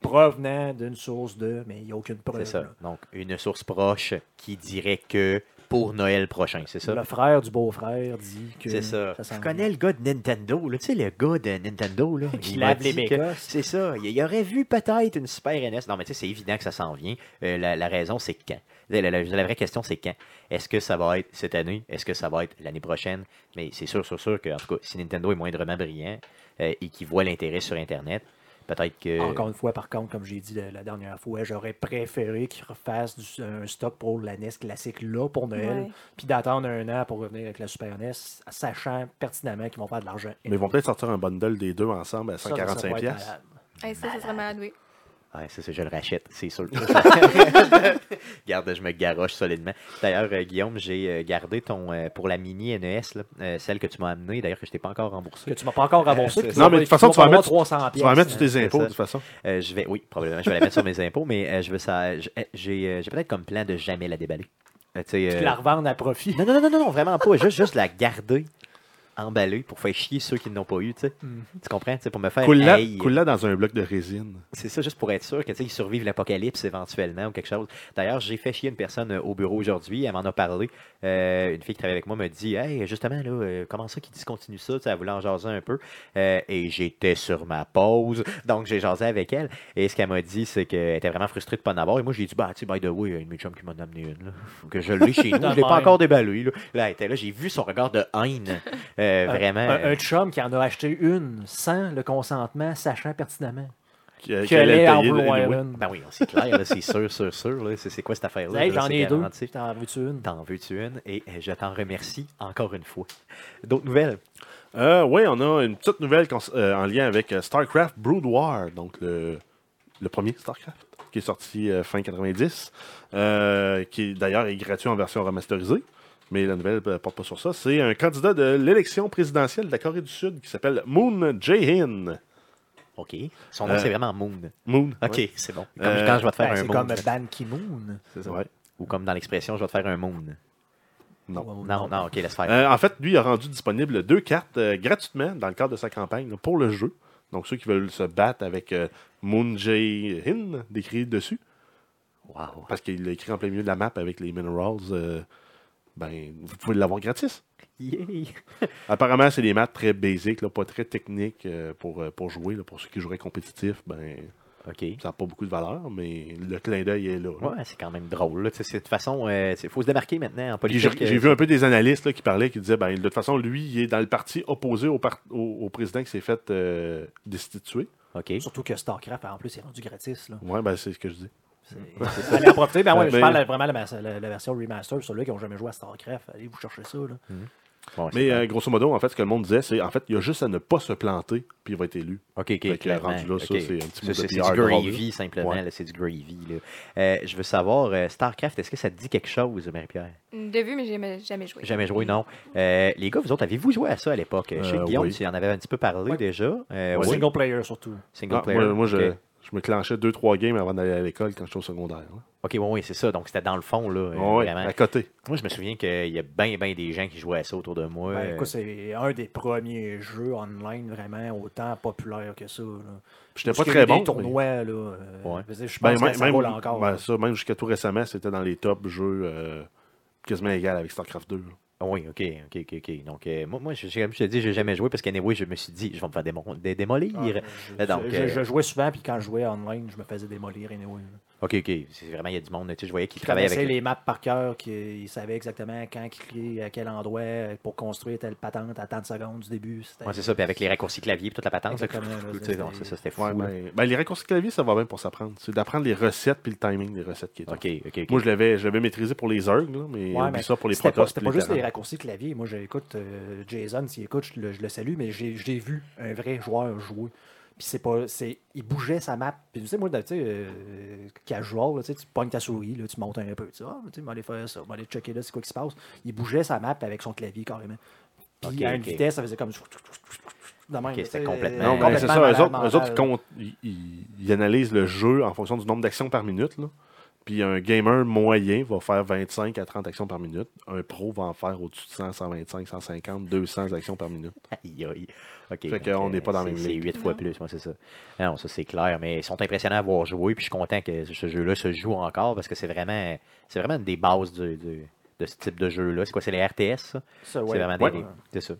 provenant d'une source de, mais il n'y a aucune preuve. C'est ça. là. Donc, une source proche qui dirait que pour Noël prochain, c'est ça? Le frère du beau-frère dit que. C'est ça. s'en Je connais le gars de Nintendo, là. tu sais, le gars de Nintendo, là. [LAUGHS] Qui il lave m'a les dit que- bécosses. C'est ça. Il, il aurait vu peut-être une Super NES. Non, mais tu sais, c'est évident que ça s'en vient. Euh, la, la raison, c'est quand. La, la- la- la vraie question, c'est quand. Est-ce que ça va être cette année? Est-ce que ça va être l'année prochaine? Mais c'est sûr, sûr, sûr que, en tout cas, si Nintendo est moindrement brillant euh, et qu'il voit l'intérêt sur Internet, peut-être que. Encore une fois, par contre, comme j'ai dit la, la dernière fois, j'aurais préféré qu'ils refassent du- un stock pour la NES classique là pour Noël, Ouais. puis d'attendre un an pour revenir avec la Super NES, sachant pertinemment qu'ils vont faire de l'argent. Mais ils vont peut-être sortir un bundle des deux ensemble à Ça, ça, ça va être 145$. pièces. malade. Hey, ça, ça serait malade, oui. Ouais, c'est ça, je le rachète, c'est [LAUGHS] sûr. Garde, je me garoche solidement. D'ailleurs, euh, Guillaume, j'ai euh, gardé ton euh, pour la mini NES, là, euh, celle que tu m'as amenée, d'ailleurs que je t'ai pas encore remboursée. Que tu m'as pas encore remboursé. c'est puis ça. ça non, mais va- de toute façon, va tu vas, falloir mettre, 300 tu vas mettre tous pièces, tes impôts, hein, ça. de toute façon. Euh, je vais, oui, probablement, je vais la mettre sur mes impôts, mais euh, je veux ça. je- eh, J'ai euh, j'ai peut-être comme plan de jamais la déballer. Euh, tu sais, hein, euh, puis la revendre à profit. Non, non, non, non, non, vraiment pas. Juste, juste la garder emballé pour faire chier ceux qui n'ont pas eu, tu sais. Mhm. Tu comprends? Tu sais, pour me faire. Coule-la Hey, coule-la dans un bloc de résine. C'est ça, juste pour être sûr que tu sais, ils survivent l'apocalypse éventuellement ou quelque chose. D'ailleurs, j'ai fait chier une personne euh, au bureau aujourd'hui. Elle m'en a parlé. Euh, une fille qui travaille avec moi me dit Hey, justement, là, euh, comment ça qu'ils discontinuent ça Tu sais, Elle voulait en jaser un peu. Euh, et j'étais sur ma pause. Donc, j'ai jasé avec elle. Et ce qu'elle m'a dit, c'est qu'elle était vraiment frustrée de ne pas en avoir. Et moi, j'ai dit Bah, tu sais, by the way, il y a une de mes chums qui m'en a amené une. Là. Faut que je l'ai chez [LAUGHS] nous. Je ne l'ai pas Demain. encore déballé. Là, Là, elle était là. J'ai vu son regard de haine. Euh, [LAUGHS] Un- vraiment. Un, un chum qui en a acheté une sans le consentement, sachant pertinemment Qu'elle qu'elle est en vouloir anyway. une. Ben oui, c'est clair, là, c'est sûr, sûr, sûr. là. C'est c'est quoi cette affaire-là? Hey, Là, j'en c'est ai deux. garanti. T'en veux-tu une? T'en veux-tu une? Et euh, je t'en remercie encore une fois. D'autres nouvelles? Euh, oui, on a une petite nouvelle cons- euh, en lien avec euh, StarCraft Brood War, donc le, le premier StarCraft, qui est sorti euh, fin 90, euh, qui d'ailleurs est gratuit en version remasterisée, mais la nouvelle ne porte pas sur ça. C'est un candidat de l'élection présidentielle de la Corée du Sud qui s'appelle Moon Jae-in. OK. Son nom, Euh, c'est vraiment Moon. Moon. OK, ouais. c'est bon. Comme Euh, quand je vais te faire Ben, un c'est moon. comme Ban Ki-moon. C'est ça. Ouais. Ou comme dans l'expression, je vais te faire un moon. Non. Non, non, OK, laisse faire. Euh, en fait, lui a rendu disponible deux cartes euh, gratuitement dans le cadre de sa campagne là, pour le jeu. Donc, ceux qui veulent se battre avec euh, Moon Jae-in, décrit dessus, wow. parce qu'il l'a écrit en plein milieu de la map avec les minerals, euh, ben, vous pouvez l'avoir gratis. Yay! Apparemment, c'est des maps très basiques, là, pas très techniques euh, pour, euh, pour jouer. là. pour ceux qui joueraient compétitif, ben, OK. ça n'a pas beaucoup de valeur, mais le clin d'œil est là. là. Ouais, c'est quand même drôle. là. Tu sais, c'est- De toute façon, il faut se démarquer maintenant en Puis politique. euh, J'ai j'ai vu un peu des analystes là, qui parlaient, qui disaient, ben, de toute façon, lui, il est dans le parti opposé au, par- au- au président qui s'est fait euh, destituer. euh, OK. Surtout que StarCraft, en plus, est rendu gratis. Là. Ouais, ben, c'est ce que je dis. C'est- Allez en profiter. Ben ouais, je Mais- parle vraiment de la, la- la version remaster, pour ceux-là qui n'ont jamais joué à StarCraft. Allez vous chercher ça. Là. Bon, c'est Mais pas- euh, grosso modo, en fait, ce que le monde disait, c'est en fait, il y a juste à ne pas se planter, puis il va être élu. OK, OK. Fait que clairement. rendu là, ça, OK. c'est un petit Ça, mot de C'est c'est PR du drôle, gravy, simplement. Ouais. là, C'est du gravy. là. Euh, je veux savoir, euh, StarCraft, est-ce que ça te dit quelque chose, Marie-Pierre? De vue, mais j'ai jamais- jamais joué. Jamais joué, non. Euh, les gars, vous autres, avez-vous joué à ça à l'époque? Je sais que Euh, Guillaume, oui. tu en avais un petit peu parlé Oui. déjà. Euh, Oui. oui. Single player surtout. Single Ah, player. moi, moi, je, OK, je me clenchais deux, trois games avant d'aller à l'école quand j'étais au secondaire. là. Ok, bon, oui, c'est ça. Donc, c'était dans le fond, là. euh, Ouais, vraiment. à côté. Moi, je me souviens qu'il y a bien, bien des gens qui jouaient à ça autour de moi. Ben, euh, écoute, c'est un des premiers jeux online vraiment autant populaire que ça. là. Puis J'étais Parce pas qu'il y très a eu des bon. mais- tournois, là. euh, Ouais. je veux dire, Je ben, pense que même, ça roule même- encore. hein. ben, là. ça, même jusqu'à tout récemment, c'était dans les top jeux euh, quasiment égal avec StarCraft 2. Oui, ok, ok, ok, ok. Donc, euh, moi, moi, je, je- comme je te dis, j'ai jamais joué parce qu'anyway, je me suis dit, je vais me faire démon- dé- démolir. Ah, je, Donc, je- euh, je jouais souvent, puis quand je jouais online, je me faisais démolir. Anyway, là. Ok, ok. C'est vraiment, il y a du monde. Tu sais, je voyais qu'ils Ils travaillaient connaissaient avec. les maps par cœur, qu'ils savaient exactement quand cliquer, à quel endroit, euh, pour construire telle patente à tant de secondes du début. C'était- Ouais, c'est ça. Puis avec les raccourcis clavier, puis toute la patente. là, Exactement, là, tu sais, non, c'est c'est- ça, c'était fou. hein. Ouais, là. ben, ben, les raccourcis clavier, ça va bien pour s'apprendre. C'est d'apprendre les recettes puis le timing des recettes qui est Ok, ok, ok. Moi, je l'avais, je l'avais maîtrisé pour les Zerg, là, mais Ouais, oublie mais ça pour les C'était pas, Protoss. c'était puis pas juste les Terrans. raccourcis clavier. Moi, j'écoute euh, Jason, s'il écoute, je le, je le salue, mais j'ai j'ai vu un vrai joueur jouer. Puis c'est pas. c'est Il bougeait sa map. Puis tu sais, moi, tu sais, euh, casual, là, tu sais, tu pognes ta souris, là, tu montes un peu. Tu sais, ah, tu sais, m'en aller faire ça, m'en aller checker là, c'est quoi qui se passe. Il bougeait sa map avec son clavier carrément. Puis Ok, à une ok. vitesse, ça faisait comme. De même, Ok, là, c'était tu sais, complètement- Non, Euh, mais c'est ça. Eux malade autres, eux autres, ils, mental. comptent- ils- ils- ils analysent le jeu en fonction du nombre d'actions par minute. Là. Puis un gamer moyen va faire 25 à 30 actions par minute. Un pro va en faire au-dessus de 100, 125, 150, 200 actions par minute. Aïe, aïe. OK. Fait qu'on n'est pas dans la même C'est ligue. 8 fois Non. plus, moi, c'est ça. Non, ça, c'est clair. Mais ils sont impressionnants à avoir joué. Puis je suis content que ce jeu-là se joue encore parce que c'est vraiment, c'est vraiment une des bases du- du- de ce type de jeu-là. C'est quoi C'est les RTS, ça Ça, ouais. C'est vraiment des. Ouais. C'est ça.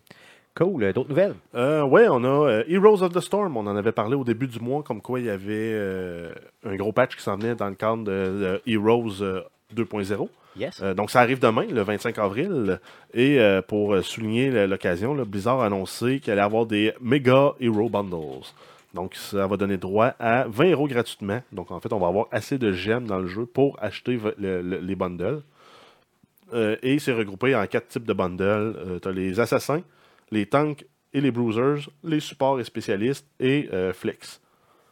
Cool. Euh, D'autres nouvelles Euh, ouais, on a euh, Heroes of the Storm. On en avait parlé au début du mois, comme quoi il y avait euh, un gros patch qui s'en venait dans le cadre de, de Heroes euh, 2.0. Yes. Euh, donc, ça arrive demain, le 25 avril. Et euh, pour euh, souligner le- l'occasion, là, Blizzard a annoncé qu'il allait avoir des méga Hero Bundles. Donc, ça va donner droit à 20 héros gratuitement. Donc, en fait, on va avoir assez de gemmes dans le jeu pour acheter v- le- le- les bundles. Euh, et c'est regroupé en quatre types de bundles. tu as les assassins, les tanks et les bruisers, les supports et spécialistes et euh, flex.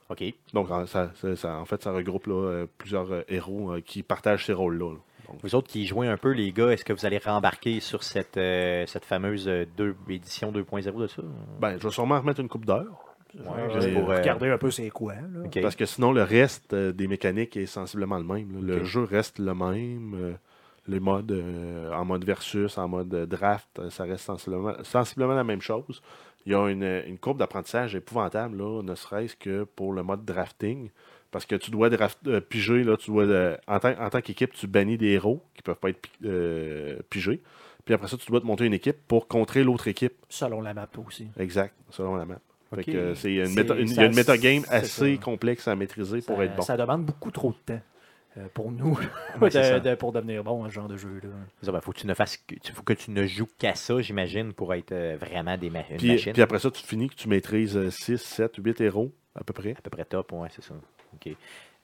OK. Donc, en, ça, ça- ça- en fait, ça regroupe là, euh, plusieurs euh, héros euh, qui partagent ces rôles-là. là. Donc, Vous autres qui jouez un peu, les gars, est-ce que vous allez rembarquer sur cette, euh, cette fameuse euh, deux, édition 2.0 de ça Ben, je vais sûrement remettre une coupe d'heure. Ouais, juste pour, euh, regarder un peu c'est quoi. Là. OK. Parce que sinon, le reste euh, des mécaniques est sensiblement le même. là. Le Ok. jeu reste le même. euh, les modes euh, en mode versus, en mode euh, draft, euh, ça reste sensiblement, sensiblement la même chose. Il y a une, euh, une courbe d'apprentissage épouvantable, là, ne serait-ce que pour le mode drafting. Parce que tu dois draft- euh, piger, là, tu dois, euh, en, tant, en tant qu'équipe, tu bannis des héros qui ne peuvent pas être pi- euh, pigés. Puis après ça, tu dois te monter une équipe pour contrer l'autre équipe. Selon la map aussi. Exact, selon la map. Fait Ok. que, euh, c'est une C'est- méta- une- il y ça- a une metagame c'est assez ça. complexe à maîtriser pour ça, être bon. Euh, ça demande beaucoup trop de temps euh, pour nous Ouais, de- c'est ça. de- pour devenir bon à ce genre de jeu. Là. Il faut que tu ne fasses que, tu- faut que tu ne joues qu'à ça, j'imagine, pour être euh, vraiment des ma- une Puis, machine. puis après ça, tu finis que tu maîtrises euh, 6, 7, 8 héros à peu près. [LAUGHS] à peu près top, ouais, c'est ça. OK.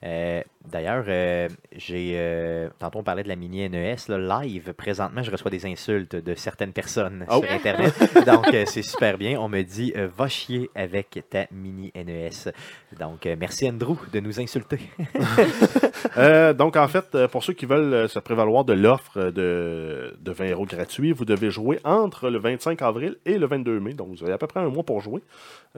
Euh, D'ailleurs, euh, j'ai euh, tantôt on parlait de la mini NES là, live. Présentement, je reçois des insultes de certaines personnes Oh. sur [LAUGHS] internet. Donc euh, c'est super bien. On me dit euh, va chier avec ta mini NES. Donc euh, merci Andrew de nous insulter. Euh, donc, en fait, euh, pour ceux qui veulent euh, se prévaloir de l'offre euh, de, de 20 euros gratuits, vous devez jouer entre le 25 avril et le 22 mai. Donc, vous avez à peu près un mois pour jouer.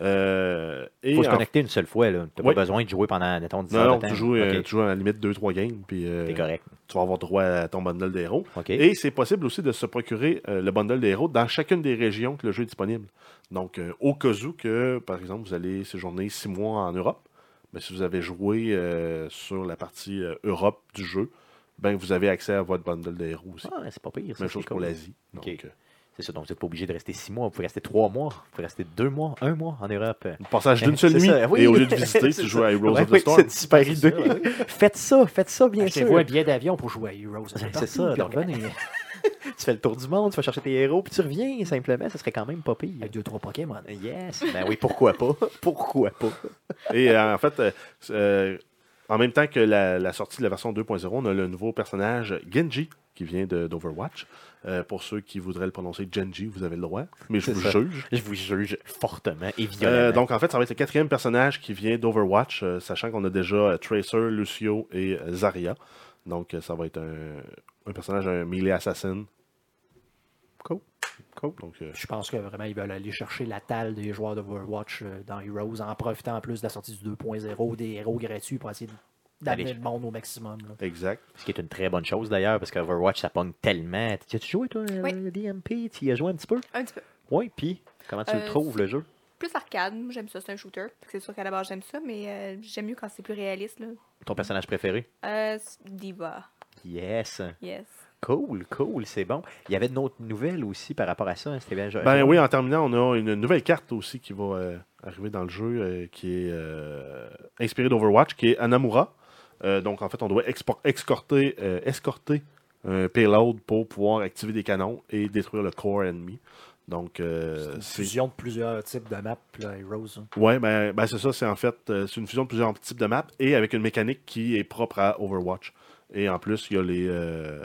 Euh, et Faut se en- connecter une seule fois là. T'as Oui. pas besoin de jouer pendant mettons, 10 Non, heures non, de temps. tu joues, euh, Ok, tu joues à la limite 2-3 games, puis euh, T'es correct. tu vas avoir droit à ton bundle des héros. Ok. Et c'est possible aussi de se procurer euh, le bundle des héros dans chacune des régions que le jeu est disponible. Donc, euh, au cas où que, par exemple, vous allez séjourner six mois en Europe, ben, si vous avez joué euh, sur la partie euh, Europe du jeu, ben, vous avez accès à votre bundle des héros aussi. Ah, c'est pas pire. ça, Même c'est chose pour cool. l'Asie. Ok. Donc, euh, C'est ça, donc vous n'êtes pas obligé de rester six mois, vous pouvez rester trois mois, vous pouvez rester deux mois, un mois en Europe. le passage [LAUGHS] d'une Eh, seule c'est nuit, ça, oui. et au lieu de visiter, C'est tu joues à Heroes Ouais, of the oui, Storm. c'est une super idée. [LAUGHS] faites ça, faites ça, bien Achetez-vous un sûr. billet d'avion pour jouer à Heroes. C'est Parti, ça, puis donc- revenez. Tu fais le tour du monde, tu vas chercher tes héros, puis tu reviens simplement, ça serait quand même pas pire. Avec deux, trois Pokémon. Yes, ben oui, pourquoi pas? [LAUGHS] Pourquoi pas? Et euh, en fait, euh, euh, en même temps que la, la sortie de la version 2.0, on a le nouveau personnage Genji qui vient de- d'Overwatch. Euh, pour ceux qui voudraient le prononcer Genji, vous avez le droit, mais je C'est vous ça. juge. Je vous juge fortement et Euh, violemment. donc en fait, ça va être le quatrième personnage qui vient d'Overwatch, euh, sachant qu'on a déjà euh, Tracer, Lucio et euh, Zarya. Donc euh, ça va être un, un personnage, un melee assassin. Cool. Cool. Donc, euh, Je pense que vraiment, ils veulent aller chercher la talle des joueurs de Overwatch euh, dans Heroes, en profitant en plus de la sortie du 2.0, des héros gratuits pour essayer Allez. d'amener le monde au maximum. là. exact. Ce qui est une très bonne chose d'ailleurs, parce que Overwatch, ça pogne tellement. Tu as joué, toi, euh, Oui. DMP? Tu y as joué un petit peu? Un petit peu. Oui, puis comment tu le Euh, trouves, le jeu? Plus arcade, moi, j'aime ça, c'est un shooter. Fait que C'est sûr qu'à la base j'aime ça, mais euh, j'aime mieux quand c'est plus réaliste. Là. Ton personnage préféré? Euh, c'est Diva, Yes. yes. Cool, cool, c'est bon. Il y avait d'autres nouvelles aussi par rapport à ça. hein, C'était bien. Ben oui, en terminant, on a une nouvelle carte aussi qui va euh, arriver dans le jeu, euh, qui est euh, inspirée d'Overwatch, qui est Anamura. Euh, donc, en fait, on doit expor- escorter, euh, escorter un payload pour pouvoir activer des canons et détruire le corps ennemi. Donc, C'est euh, une c'est. fusion de plusieurs types de maps, là, Heroes. hein. Ouais, ben, ben, c'est ça, c'est en fait euh, c'est une fusion de plusieurs types de maps et avec une mécanique qui est propre à Overwatch. Et en plus, il y a les, euh,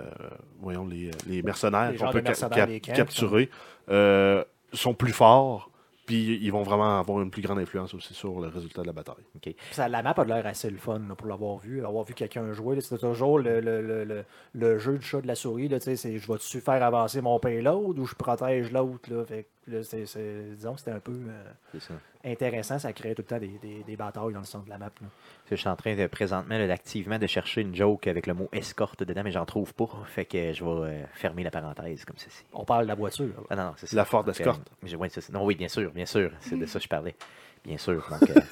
voyons, les, euh, les mercenaires Les qu'on genres peut de ca- mercenaires cap- des camps, capturer. euh, sont plus forts, puis ils vont vraiment avoir une plus grande influence aussi sur le résultat de la bataille. Ça, la map a l'air assez le fun là, pour l'avoir vu, avoir vu quelqu'un jouer. là. C'est toujours le, le- le- le- le jeu du chat de la souris. là, tu sais, c'est je vais-tu faire avancer mon payload ou je protège l'autre. là? Fait que là, c'est- c'est- Disons que c'était un peu euh, C'est ça. intéressant. Ça crée tout le temps des, des- des batailles dans le centre de la map. là. Je suis en train de présentement, là, d'activement, de chercher une joke avec le mot escorte dedans, mais j'en trouve pas. Fait que je vais euh, fermer la parenthèse comme ceci. On parle de la voiture. là. Ah non, non, c'est ça. La Ford Donc, euh, Escort. j'ai- ouais, c'est ça. Non, oui, bien sûr, bien sûr. C'est de ça que je parlais. Bien sûr. Donc, [LAUGHS] euh,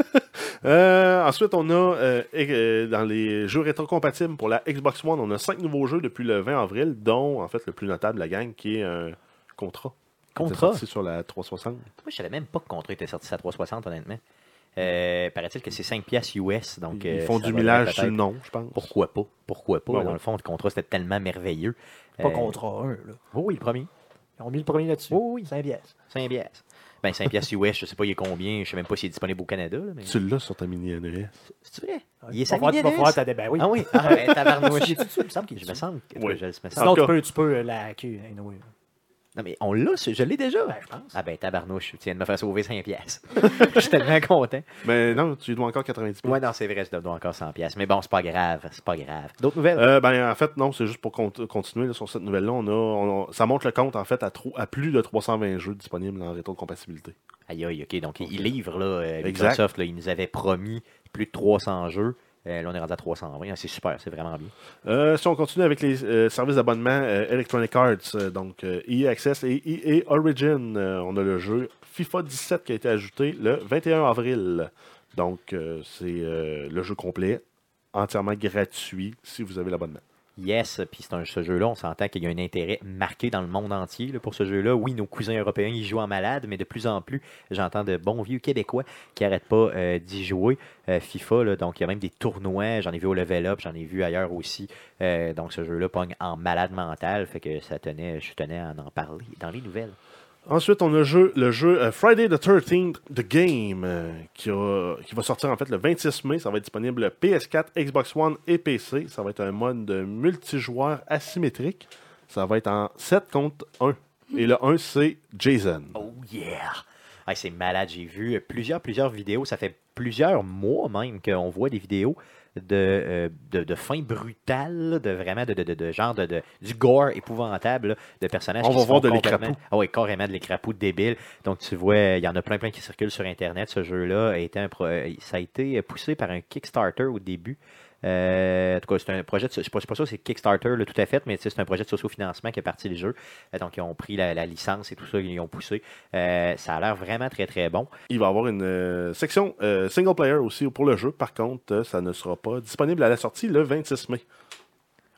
Euh, ensuite, on a euh, e- euh, dans les jeux rétrocompatibles pour la Xbox One, on a cinq nouveaux jeux depuis le 20 avril, dont en fait le plus notable, la gang, qui est un contrat. Contra? C'est sur la 360. moi, je savais même pas que Contra était sorti à 360, honnêtement. Euh, Paraît-il que c'est 5 piastres US. Donc, Ils euh, font ça du va millage peut-être- sur le nom, je pense. Pourquoi pas? Pourquoi pas? Ouais, dans ouais. le fond, le contrat, c'était tellement merveilleux. Pas Euh, Contra 1. Là. Oh oui, le premier. Ils ont mis le premier là-dessus. Oh oui. C'est un biais. 5 piastres. Ben, 5 piastres US, je sais pas il est combien. Je sais même pas s'il est disponible au Canada. là, mais... Tu l'as sur ta mini NES. C'est vrai? Ouais. Il est Va falloir- 5 va falloir t'adapter. Ben oui. Ah oui, ah, ben, [LAUGHS] tabarnouche. J'ai dit ça, il me semble qu'il est Je me dessus. semble que Oui. je le- me semble. Sinon, En tout tu cas- peux, tu peux euh, la queue. anyway. Non, mais on l'a, ce- je l'ai déjà. Ben, je pense. Ah ben, tabarnouche, tu viens de me faire sauver 5 [LAUGHS] piastres. je suis tellement content. Mais non, tu lui dois encore 90 Ouais, non, c'est vrai, je dois encore 100 piastres. Mais bon, c'est pas grave, c'est pas grave. D'autres nouvelles? Euh, ben, en fait, non, c'est juste pour cont- continuer là, sur cette nouvelle-là. On a, on- ça montre le compte, en fait, à, trop- à plus de 320 jeux disponibles en rétrocompatibilité. Aïe, aïe, ok, donc il- il livre, là, euh, Exact. Microsoft, là, il nous avait promis plus de 300 jeux. Euh, là, on est rendu à 320. hein, C'est super, c'est vraiment bien. Euh, si on continue avec les euh, services d'abonnement euh, Electronic Arts, euh, donc euh, EA Access et EA Origin, euh, on a le jeu FIFA 17 qui a été ajouté le 21 avril. Donc, euh, c'est euh, le jeu complet, entièrement gratuit si vous avez l'abonnement. Yes, puis c'est un- ce jeu-là, on s'entend qu'il y a un intérêt marqué dans le monde entier là, pour ce jeu-là. Oui, nos cousins européens y jouent en malade, mais de plus en plus, j'entends de bons vieux Québécois qui n'arrêtent pas euh, d'y jouer. Euh, FIFA, là, donc il y a même des tournois, j'en ai vu au level up, j'en ai vu ailleurs aussi. Euh, donc ce jeu-là pogne en malade mental, fait que ça tenait, je tenais à en parler dans les nouvelles. Ensuite, on a jeu- le jeu euh, Friday the 13th, The Game, euh, qui, a- qui va sortir en fait le 26 mai. Ça va être disponible PS4, Xbox One et PC. Ça va être un mode de multijoueur asymétrique. Ça va être en 7 contre 1. Et le 1, c'est Jason. Oh yeah! Hey, c'est malade, j'ai vu plusieurs, plusieurs vidéos. Ça fait plusieurs mois même qu'on voit des vidéos de, euh, de, de fin brutale, de vraiment de, de, de- de genre de, de- du gore épouvantable, là, de personnages On qui va se voir font de complètement- l'écrapou. Ah oui, carrément de l'écrapou débile. Donc tu vois, il y en a plein, plein qui circulent sur Internet. Ce jeu-là a été un pro- euh, ça a été poussé par un Kickstarter au début. Euh, en tout cas, c'est un projet, de, je ne suis pas je suis pas sûr que c'est Kickstarter là, tout à fait, mais tu sais, c'est un projet de sociofinancement qui est parti le jeu. Euh, Donc, ils ont pris la, la licence et tout ça, ils l'ont poussé. Euh, ça a l'air vraiment très, très bon. Il va y avoir une euh, section euh, single player aussi pour le jeu. Par contre, euh, ça ne sera pas disponible à la sortie le 26 mai.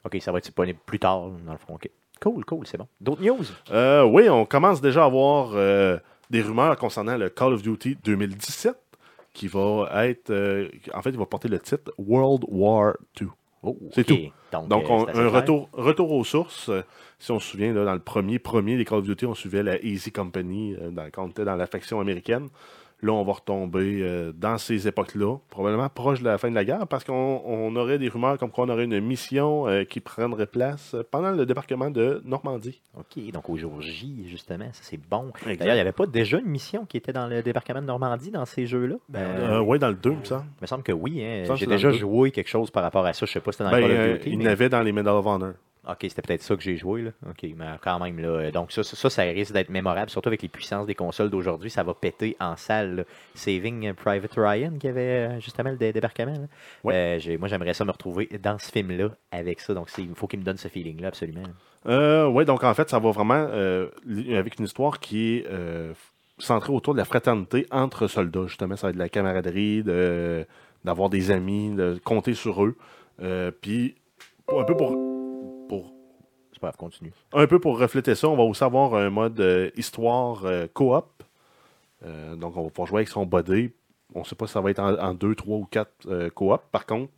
OK, ça va être disponible plus tard, dans le fond. OK. Cool, cool, c'est bon. D'autres news? Euh, oui, on commence déjà à avoir euh, des rumeurs concernant le Call of Duty 2017 qui va être. euh, en fait, il va porter le titre World War II. Oh, C'est OK. tout. Donc, Donc, euh, on- c'est assez un clair. retour, retour aux sources. Euh, si on se souvient, là, dans le premier, premier des Call of Duty, on suivait la Easy Company euh, dans- quand on était dans la faction américaine. Là, on va retomber euh, dans ces époques-là, probablement proche de la fin de la guerre, parce qu'on on aurait des rumeurs comme quoi on aurait une mission euh, qui prendrait place pendant le débarquement de Normandie. OK, donc au jour J, justement, ça c'est bon. Exact. D'ailleurs, il n'y avait pas déjà une mission qui était dans le débarquement de Normandie dans ces jeux-là? Euh, oui, dans le 2, ça. il me semble que oui. hein. me semble J'ai que Ben, c'est déjà dans le deux. joué quelque chose par rapport à ça. Je sais pas si c'était dans le Call of Duty, Ben, euh, il mais- n'avait dans les Medal of Honor. OK, c'était peut-être ça que j'ai joué, là. OK, mais quand même, là. euh, Donc, ça, ça, ça, ça risque d'être mémorable, surtout avec les puissances des consoles d'aujourd'hui. Ça va péter en salle, là. Saving Private Ryan, qui avait euh, justement le dé- débarquement, là. Ouais. Euh, j'ai- moi, j'aimerais ça me retrouver dans ce film-là avec ça. Donc, c'est- il faut qu'il me donne ce feeling-là, absolument. Euh, ouais, donc en fait, ça va vraiment euh, li- avec une histoire qui est euh, f- centrée autour de la fraternité entre soldats, justement. Ça va être de la camaraderie, de- d'avoir des amis, de compter sur eux. Euh, Puis, pour- un peu pour, pour C'est pas grave, continue. un peu pour refléter ça, on va aussi avoir un mode euh, histoire euh, coop. Euh, donc, on va pouvoir jouer avec son body. On ne sait pas si ça va être en, 2, 3 ou 4 coop. Par contre,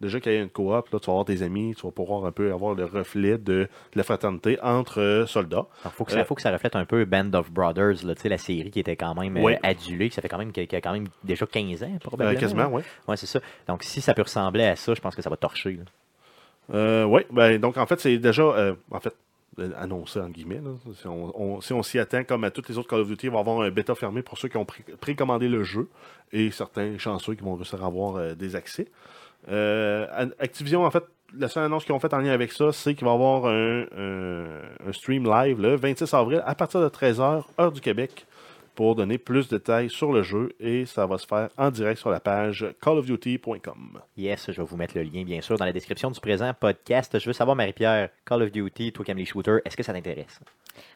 déjà qu'il y a une coop, là, tu vas avoir des amis, tu vas pouvoir un peu avoir le reflet de, de la fraternité entre euh, soldats. Il faut, que ça- Euh, faut que ça reflète un peu Band of Brothers, là, tu sais, la série qui était quand même euh, Ouais. adulée, que ça fait quand même, qui a, qui a quand même déjà 15 ans, Euh, probablement. quasiment, oui. Ouais, c'est ça. Donc, si ça peut ressembler à ça, je pense que ça va torcher, là. Euh, oui, ben, donc en fait, c'est déjà euh, en fait, euh, annoncé, en guillemets. là. Si on, on- si on s'y attend, comme à toutes les autres Call of Duty, il va y avoir un bêta fermé pour ceux qui ont pré- précommandé le jeu et certains chanceux qui vont réussir à avoir euh, des accès. Euh, An- Activision, en fait, la seule annonce qu'ils ont faite en lien avec ça, c'est qu'il va y avoir un, un- un stream live le 26 avril à partir de 13h, heure du Québec, pour donner plus de détails sur le jeu et ça va se faire en direct sur la page callofduty.com. Yes, je vais vous mettre le lien, bien sûr, dans la description du présent podcast. Je veux savoir, Marie-Pierre, Call of Duty, toi qui aimes les shooters, est-ce que ça t'intéresse?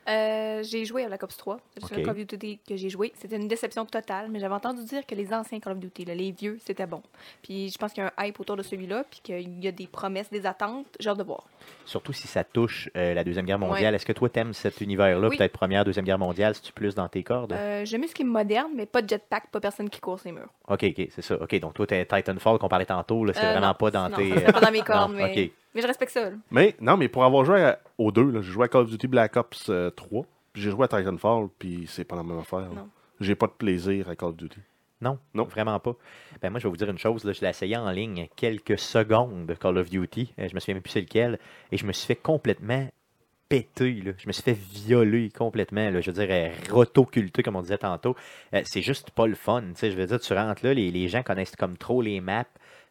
Euh, j'ai joué à Black Ops 3. C'est le Ok. seul Call of Duty que j'ai joué. C'était une déception totale, mais j'avais entendu dire que les anciens Call of Duty, là, les vieux, c'était bon. Puis je pense qu'il y a un hype autour de celui-là, puis qu'il y a des promesses, des attentes. J'ai hâte de voir. Surtout si ça touche euh, la Deuxième Guerre mondiale. Est-ce que toi, t'aimes cet univers-là, Oui. peut-être Première, Deuxième Guerre mondiale, si tu plus dans tes cordes? Euh, J'aime mieux ce qui est moderne, mais pas de jetpack, pas personne qui court ses murs. OK, OK, c'est ça. OK, donc toi, t'es Titanfall qu'on parlait tantôt, là, c'est Euh, vraiment non, pas dans non, tes... euh, ça serait pas dans mes cordes, [LAUGHS] non, mais, OK. mais je respecte ça. là. Mais non, mais pour avoir joué à- aux deux, là, j'ai joué à Call of Duty Black Ops euh, 3, puis j'ai joué à Titanfall, puis c'est pas la même affaire. là. Non. J'ai pas de plaisir à Call of Duty. Non, Non. vraiment pas. Ben moi, je vais vous dire une chose. Là, je l'ai essayé en ligne quelques secondes de Call of Duty. Euh, je me souviens même plus c'est lequel. Et je me suis fait complètement péter. là. Je me suis fait violer complètement. là. Je veux dire, euh, rotoculter, comme on disait tantôt. Euh, c'est juste pas le fun. tu sais. Je veux dire, tu rentres là, les, les gens connaissent comme trop les maps.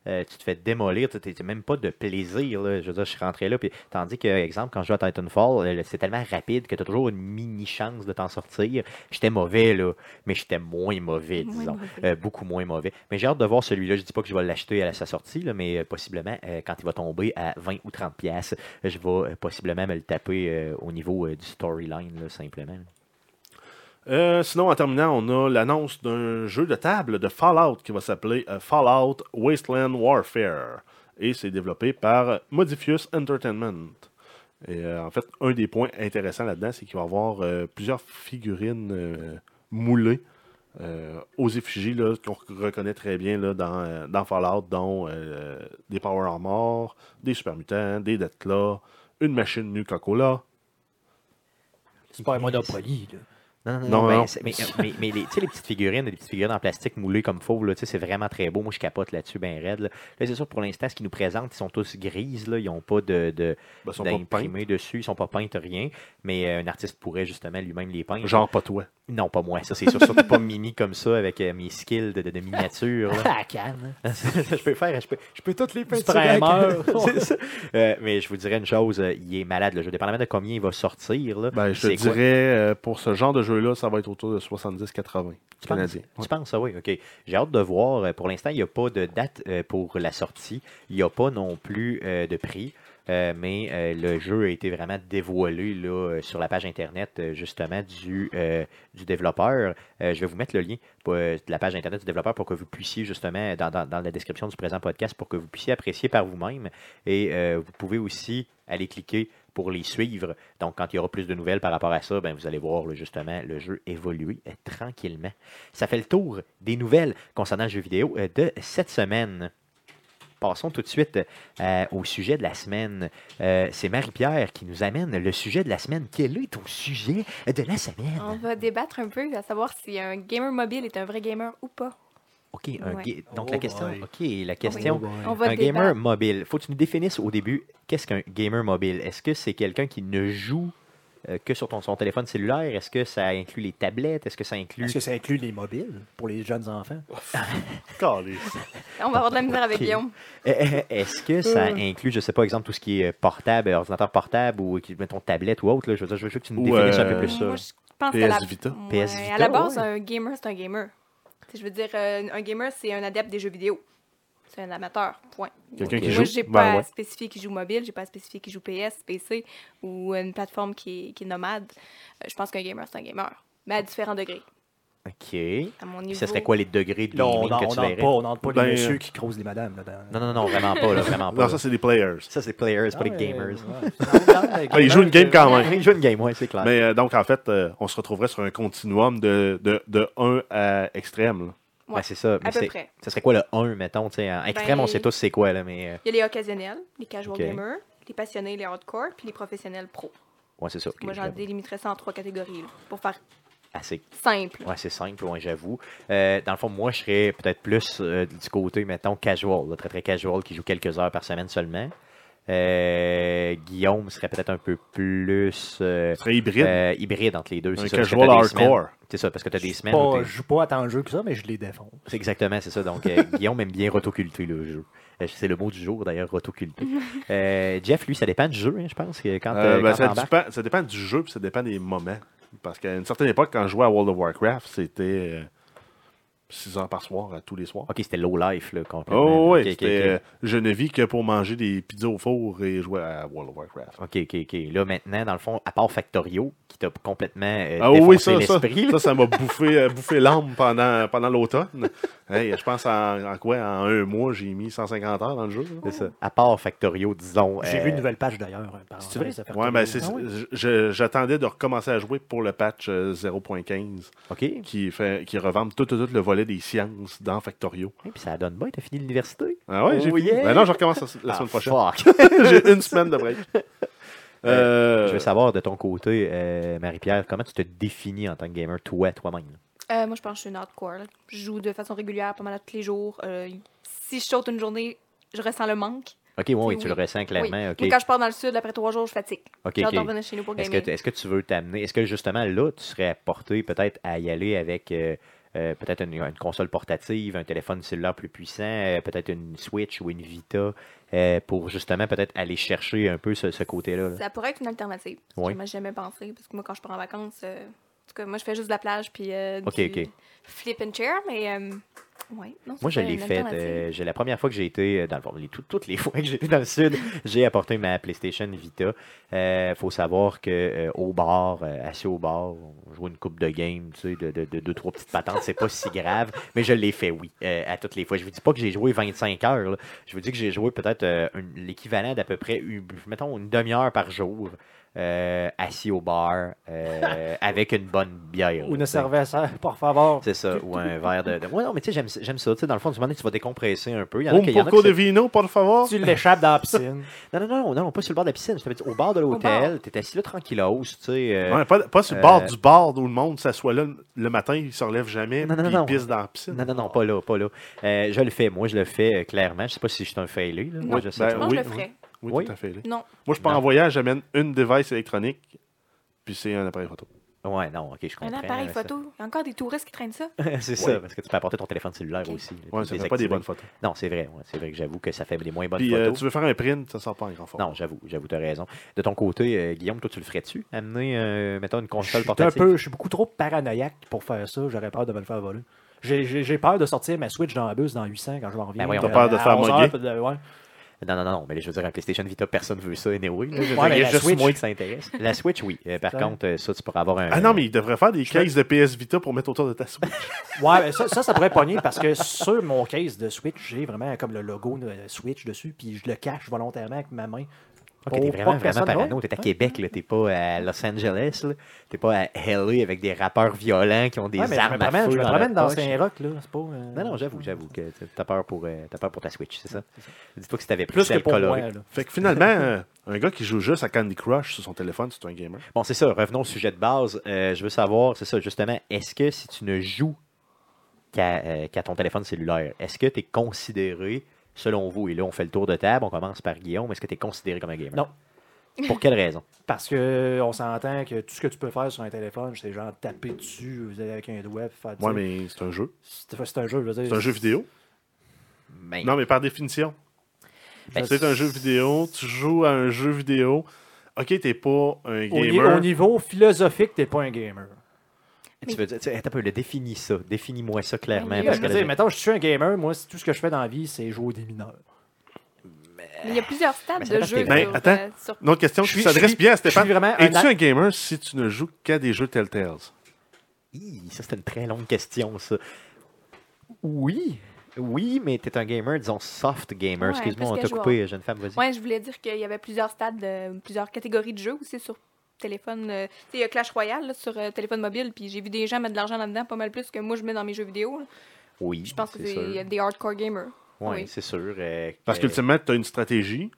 euh, tu te fais démolir, tu n'as même pas de plaisir. là. Je veux dire, je suis rentré là. Puis, tandis que, exemple, quand je joue à Titanfall, euh, c'est tellement rapide que tu as toujours une mini chance de t'en sortir. J'étais mauvais, là, mais j'étais moins mauvais, Moins disons. mauvais. Euh, beaucoup moins mauvais. Mais j'ai hâte de voir celui-là. Je dis pas que je vais l'acheter à sa sortie, là, mais euh, possiblement, euh, quand il va tomber à 20 ou 30 pièces, je vais euh, possiblement me le taper euh, au niveau euh, du storyline, là, simplement. Euh, sinon, en terminant, on a l'annonce d'un jeu de table de Fallout qui va s'appeler euh, Fallout Wasteland Warfare. Et c'est développé par Modifius Entertainment. Et euh, en fait, un des points intéressants là-dedans, c'est qu'il va y avoir euh, plusieurs figurines euh, moulées euh, aux effigies là, qu'on reconnaît très bien là, dans, euh, dans Fallout, dont euh, des Power Armor, des Super Mutants, des Deathclaw, une machine nue Coca-Cola. C'est pas un Monopoly. là. Non, non, non, Non, ben, non. c'est- Mais, mais- mais les, tu sais, les petites figurines, les petites figurines en plastique moulées comme faux, là, tu sais, c'est vraiment très beau. Moi, je capote là-dessus, ben raide. Là, Là, c'est sûr, pour l'instant, ce qu'ils nous présentent, ils sont tous grises. Là, ils n'ont pas de, de Ben, ils sont pas d'imprimé dessus. Ils ne sont pas peintes, rien. Mais euh, un artiste pourrait justement lui-même les peindre. Genre pas toi. Non, pas moi. Ça, c'est sûr. Surtout pas mini comme ça, avec euh, mes skills de, de, de miniature. [LAUGHS] [LAUGHS] là. Ah, calme. je peux faire, je peux, je peux toutes les Du peintures avec- primer. [LAUGHS] C'est ça. Euh, mais je vous dirais une chose, euh, il est malade le jeu. Dépendamment de combien il va sortir, là, Ben, je c'est te quoi- dirais, euh, pour ce genre de jeu-là, ça va être autour de 70-80 Tu penses? canadiens. Tu penses, ah oui, ok. J'ai hâte de voir. Euh, Pour l'instant, il n'y a pas de date euh, pour la sortie. Il n'y a pas non plus euh, de prix. Euh, mais euh, le jeu a été vraiment dévoilé là, euh, sur la page internet euh, justement du, euh, du développeur. Euh, je vais vous mettre le lien pour, euh, de la page internet du développeur pour que vous puissiez justement dans, dans- dans la description du présent podcast pour que vous puissiez apprécier par vous-même. Et euh, vous pouvez aussi aller cliquer pour les suivre. Donc quand il y aura plus de nouvelles par rapport à ça, ben, vous allez voir là, justement le jeu évoluer euh, tranquillement. Ça fait le tour des nouvelles concernant le jeu vidéo euh, de cette semaine. Passons tout de suite euh, au sujet de la semaine. Euh, c'est Marie-Pierre qui nous amène le sujet de la semaine. Quel est ton sujet de la semaine? On va débattre un peu à savoir si un gamer mobile est un vrai gamer ou pas. OK, un Ouais. ga- donc Oh la question, boy. OK, la question, On va un débattre. gamer mobile. Faut que tu nous définisses au début qu'est-ce qu'un gamer mobile. Est-ce que c'est quelqu'un qui ne joue euh, que sur ton, son téléphone cellulaire? Est-ce que ça inclut les tablettes? Est-ce que ça inclut... Est-ce que ça inclut les mobiles pour les jeunes enfants? Calisse. On va avoir de la misère avec Ok. Guillaume. Euh, euh, [LAUGHS] Est-ce que ça inclut, je sais pas, exemple, tout ce qui est euh, portable, ordinateur portable ou qui- mettons tablette ou autre? là? je, veux dire, je veux que tu nous Ou, définisses un peu euh, plus ça. Moi, je pense PS qu'à la... Vita. Ouais, PS Vita, à la base, ouais. un gamer, c'est un gamer. Tu sais, Je veux dire, euh, un gamer, c'est un adepte des jeux vidéo. C'est un amateur, point. Quelqu'un Ok. qui Moi, joue. j'ai Ben pas ouais. spécifié qui joue mobile, j'ai pas spécifié qui joue PS, PC ou une plateforme qui est, qui est nomade. Euh, je pense qu'un gamer, c'est un gamer. Mais à différents degrés, OK. à mon Puis niveau. ça serait quoi les degrés de Là, on gaming n'en- que on tu n'entre verrais? pas, on n'entre pas Ben, les messieurs euh, qui creusent les madames. Là, dans- Non, non, non, vraiment pas, là, [LAUGHS] vraiment pas. Non, là. ça, c'est des players. ça, c'est players, pas Ah, les ouais, gamers. [LAUGHS] ouais. Non, non, les Ah, ils jouent une game gamers, quand même. Ils jouent une game, ouais, c'est clair. Mais euh, donc, en fait, euh, on se retrouverait sur un continuum de, de, de 1 à extrême. là. Ben, Ouais, c'est ça. mais à peu c'est- près. Ben, Ça serait quoi le 1, mettons? tu sais, En extrême, on sait tous c'est quoi, là, mais. euh, Il y a les occasionnels, les casual Ok. gamers, les passionnés, les hardcore, puis les professionnels pro. Ouais, c'est ça. ok, Moi, j'en j'avoue. délimiterais ça en trois catégories, là, pour faire Assez. simple. Ouais, c'est simple, ouais, j'avoue. Euh, dans le fond, moi, je serais peut-être plus euh, du côté, mettons, casual, là, très très casual, qui joue quelques heures par semaine seulement. Euh, Guillaume serait peut-être un peu plus euh, Ce serait hybride. euh, hybride entre les deux. c'est un ça, parce que casual t'as des semaines- hardcore. C'est ça, parce que tu as des Je semaines. où ne t'es- joue pas à tant de jeux que ça, mais je les défonce. C'est exactement, c'est ça. Donc, [LAUGHS] euh, Guillaume aime bien rotoculter le jeu. Euh, C'est le mot du jour, d'ailleurs, [LAUGHS] rotoculter. Euh, Jeff, lui, ça dépend du jeu, hein, je pense. que Quand, Euh, euh, ben, quand ça, t'embarques. dépend, ça dépend du jeu puis ça dépend des moments. Parce qu'à une certaine époque, quand je jouais à World of Warcraft, c'était 6 heures par soir, à tous les soirs. Ok, c'était low life, là, complètement. Oh oui, Ok, ok, c'était, ok. euh, je ne vis que pour manger des pizzas au four et jouer à World of Warcraft. OK, OK, OK. Là, maintenant, dans le fond, à part Factorio, qui t'a complètement euh, Ah oui, défoncé ça, ça, l'esprit, là. ça, ça m'a bouffé, euh, bouffé l'âme pendant, pendant l'automne. Hey, je pense en, en quoi, en un mois, j'ai mis 150 heures dans le jeu. là. C'est ça. À part Factorio, disons. J'ai euh, vu une nouvelle page d'ailleurs. hein, par- C'est vrai? ça fait Ouais, ben, c'est- Ah ouais? je- j'attendais de recommencer à jouer pour le patch euh, 0.15 OK. Et qui, fait- qui revampe tout, tout, tout le volet des sciences dans Factorio. puis ça donne bien, t'as fini l'université. Ah ouais, j'ai Oh fini. yeah! Ben non, je recommence la, la Ah, semaine prochaine. fuck. [LAUGHS] j'ai une semaine [LAUGHS] de break. Euh, Je veux savoir de ton côté, euh, Marie-Pierre, comment tu te définis en tant que gamer, toi, toi-même? là? Euh, moi, je pense que je suis une hardcore. là. Je joue de façon régulière, pas mal à tous les jours. Euh, si je saute une journée, je ressens le manque. OK, ouais, oui, Oui. tu le ressens clairement. Oui. OK. Moi, quand je pars dans le sud, après trois jours, je fatigue. OK, J'ai hâte OK. de revenir chez nous pour Est-ce que, gamer. est-ce que tu veux t'amener? Est-ce que justement là, tu serais porté peut-être à y aller avec euh, euh, peut-être une, une console portative, un téléphone cellulaire plus puissant, euh, peut-être une Switch ou une Vita, euh, pour justement peut-être aller chercher un peu ce, ce côté-là. là. Ça pourrait être une alternative. Oui. Moi, j'ai jamais pensé, parce que moi, quand je pars en vacances, euh, en tout cas, moi, je fais juste de la plage, puis euh, Ok, du ok. flip and chair, mais euh, ouais. Non, ça Moi, je serait l'ai une faite. alternative. euh, j'ai- la première fois que j'ai été, euh, dans le fond, les- tout- toutes les [LAUGHS] fois que j'ai été dans le sud, j'ai apporté ma PlayStation Vita. Euh, faut savoir que euh, au bar, euh, assis au bar, on joue une coupe de game, tu sais, de, de, de deux, trois petites patentes, c'est pas si grave, mais je l'ai fait, oui, euh, à toutes les fois. Je vous dis pas que j'ai joué 25 heures, là. je vous dis que j'ai joué peut-être euh, une- l'équivalent d'à peu près, une- mettons, une demi-heure par jour. euh, assis au bar [LAUGHS] euh, avec une bonne bière. là, tu Ou ne sais. servait à ça, par favor. C'est ça, ou un verre de. de- Ouais, non, mais tu sais, j'aime- j'aime ça. Tu sais, dans le fond, du moment donné, tu vas décompresser un peu. Il y en a Un qui. il y en a qui poco de se- vino, por favor. Tu l'échappes dans la [LAUGHS] piscine. Non, non, non, non, pas sur le bord de la piscine. Je t'avais dit, au bord de l'hôtel, t'es assis là tranquillos, tu sais. euh, Ouais, pas, pas sur le euh, bord du bar où le monde s'assoit là le matin, il se relève jamais, Non, non, puis non, non. il pisse dans la piscine. Non, non, non, pas là, pas là. Euh, je le fais, moi, je le fais euh, clairement. Je sais pas si je suis un failé, là. Moi, Non, je sais ben pas. Moi, oui, je le ferais. Oui, Oui. tout à fait. là. Non. Moi, je pars Non. en voyage, j'amène une device électronique, puis c'est un appareil photo. Ouais, non, ok, je comprends. Un appareil euh, photo. Il y a encore des touristes qui [LAUGHS] traînent ça. ça. [LAUGHS] c'est ça, parce que tu peux apporter ton téléphone cellulaire Ok. aussi. là, Ouais, puis ça fait pas des désactiver. bonnes photos. Non, c'est vrai, ouais, c'est vrai que j'avoue que ça fait des moins bonnes Puis euh, photos. tu veux faire un print, ça sort pas en grand format. Non, j'avoue, j'avoue, t'as raison. De ton côté, euh, Guillaume, toi, tu le ferais-tu? Amener, euh, mettons, une Je console suis un portative? peu, je suis beaucoup trop paranoïaque pour faire ça. J'aurais peur de me le faire voler. J'ai- J'ai j'ai peur de sortir ma Switch dans la bus dans 800 quand je vais en revenir. Ben voyons. T'as peur de à te faire 11 heures, mugger? puis de- ouais. Non, non, non, non, mais là, je veux dire, un PlayStation Vita, personne veut ça, anyway. là. Je veux dire, Ouais, mais il y a la juste Switch- moi qui [LAUGHS] s'intéresse. La Switch, oui. Euh, par Ça- contre, euh, ça, tu pourras avoir un. Ah non, mais il devrait faire des te- cases de PS Vita pour mettre autour de ta Switch. Ouais, mais ça, ça, ça pourrait pogner parce que sur mon case de Switch, j'ai vraiment comme le logo de Switch dessus, puis je le cache volontairement avec ma main. Ok, Pour t'es pas vraiment, que vraiment personne parano. voit. T'es à Ouais. Québec, là. T'es pas à Los Angeles, là. T'es pas à LA avec des rappeurs violents qui ont des Ouais, mais je me armes à promène, feu je me dans promène leur dans poche. Saint-Roch, là. C'est pas. euh, Non, non, j'avoue, j'avoue que t'as- t'as peur, pour, euh, t'as peur pour ta Switch, c'est ça? Dis-toi que si t'avais plus, Plus que d'alcool pour moi, coloré. là. fait que finalement, euh, un gars qui joue juste à Candy Crush sur son téléphone, c'est un gamer. Bon, c'est ça. Revenons au sujet de base. Euh, je veux savoir, c'est ça, justement, est-ce que si tu ne joues qu'à euh, qu'à ton téléphone cellulaire, est-ce que tu es considéré, selon vous, et là, on fait le tour de table, on commence par Guillaume, est-ce que tu es considéré comme un gamer? Non. [LAUGHS] Pour quelle raison? Parce que euh, on s'entend que tout ce que tu peux faire sur un téléphone, c'est genre taper dessus avec un doigt, puis faire. Ouais, mais c'est un jeu. C'est c'est un jeu, je veux dire. C'est un jeu vidéo. Ben, Non, mais par définition. Ben, c'est un jeu vidéo, tu joues à un jeu vidéo. Ok, t'es pas un Au, ni- au gamer. niveau philosophique, t'es pas un gamer. Tu veux dire, tu sais, attends un peu, le définis ça. Définis-moi ça clairement. Mais Là, parce je que veux là, dire, j'ai- mettons, je suis un gamer, moi, c'est tout ce que je fais dans la vie, c'est jouer aux des mineurs. Mais il y a plusieurs Mais stades ça de dépend jeu. des gens. sur, Ben, attends. euh, sur- Une autre question Je qui suis- je s'adresse suis- bien à je Stéphane. suis vraiment un Es-tu a- un gamer si tu ne joues qu'à des jeux Telltales? Hi, ça, c'est une très longue question, ça. Oui. Oui, mais tu es un gamer, disons soft gamer. Ouais, Excuse-moi, plus on que t'a joueur. coupé, jeune femme, vas-y. Ouais, je voulais dire qu'il y avait plusieurs stades, de- plusieurs catégories de jeux aussi sur téléphone. euh, tu sais, il y a Clash Royale là, sur euh, téléphone mobile, puis j'ai vu des gens mettre de l'argent là-dedans pas mal plus que moi je mets dans mes jeux vidéo. là. Oui, Je pense que c'est c'est il y a sûr. des hardcore gamers. Ouais, oui. c'est sûr. euh, Parce que- qu'ultimement, t'as une stratégie.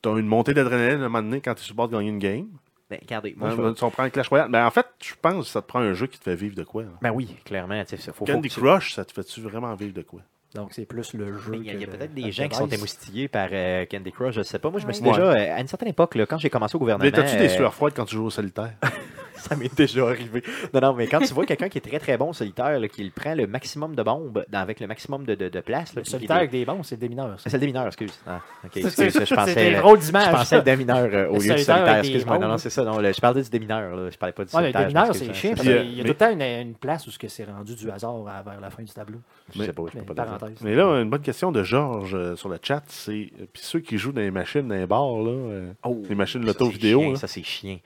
T'as une montée d'adrénaline à un moment donné quand t'es sur le bord de gagner une game. Ben, regardez, moi, Moi, je vais- on prend un Clash Royale. Mais en fait, je pense que ça te prend un jeu qui te fait vivre de quoi. hein. Ben oui, clairement. tu sais, faut- faut Candy que tu- Crush, ça te fait-tu vraiment vivre de quoi? Donc, c'est plus le jeu. Ah, Mais Il y a, il y a que le- peut-être le des gens qui sont device. émoustillés par euh, Candy Crush, je sais pas. Moi, je me suis Ouais. déjà, euh, à une certaine époque, là, quand j'ai commencé au gouvernement, Mais t'as-tu des euh, sueurs froides quand tu joues au solitaire? [LAUGHS] ça m'est déjà arrivé. Non, non, mais quand tu vois quelqu'un qui est très très bon solitaire, là, qui prend le maximum de bombes dans- avec le maximum de, de, de place, là, Le puis solitaire qui est- avec des bons, c'est des mineurs. ça. [LAUGHS] Ah, C'est le démineur, excuse. Ah, ok, C'est- excuse, c'est- je pensais. c'était euh, drôle d'image, je pensais ça. le démineur euh, au Le lieu du solitaire avec solitaire, des excuse-moi. Non, bombes. non, c'est ça. Non, le- je parlais du démineur, là, je parlais pas du Ouais, solitaire. les je mineurs, m'excuse, c'est hein, chiant. je parce sais Puis, euh, qu'il y a mais- tout le temps une, une place où ce que c'est rendu du hasard à- vers la fin du tableau. pas, euh, je sais pas, je Mais, peux pas dire ça. parenthèse. Mais là, une bonne question de Georges euh, sur le chat, c'est euh, puis ceux qui jouent dans les machines, dans les bars, là, euh, Oh, les machines ça, loto c'est vidéo, chiant, là. Ça, c'est chien.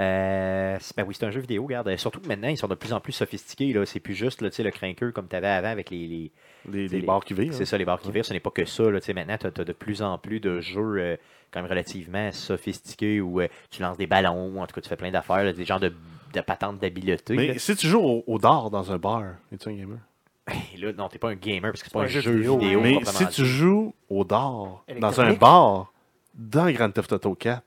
Euh, c'est- ben oui, c'est un jeu vidéo, regarde. Euh, Surtout que maintenant, ils sont de plus en plus sophistiqués. Là. C'est plus juste là, tu sais, le crinqueux comme tu avais avant avec les. les- les, c'est les les- bars qui vivent. C'est hein. ça, les barres qui virent. Ce n'est pas que ça. Là. Tu sais, Maintenant, tu as, de plus en plus de jeux euh, quand même relativement sophistiqués où euh, tu lances des ballons, en tout cas, tu fais plein d'affaires, là, des genres de, de patentes d'habileté. là. Mais si tu joues au, au dard dans un bar, es-tu un gamer? Et là, non, t'es pas un gamer parce que c'est pas un jeu vidéo. vidéo, Mais proprement si tu dit. joues au dard dans un Électronique. bar, dans Grand Theft Auto 4,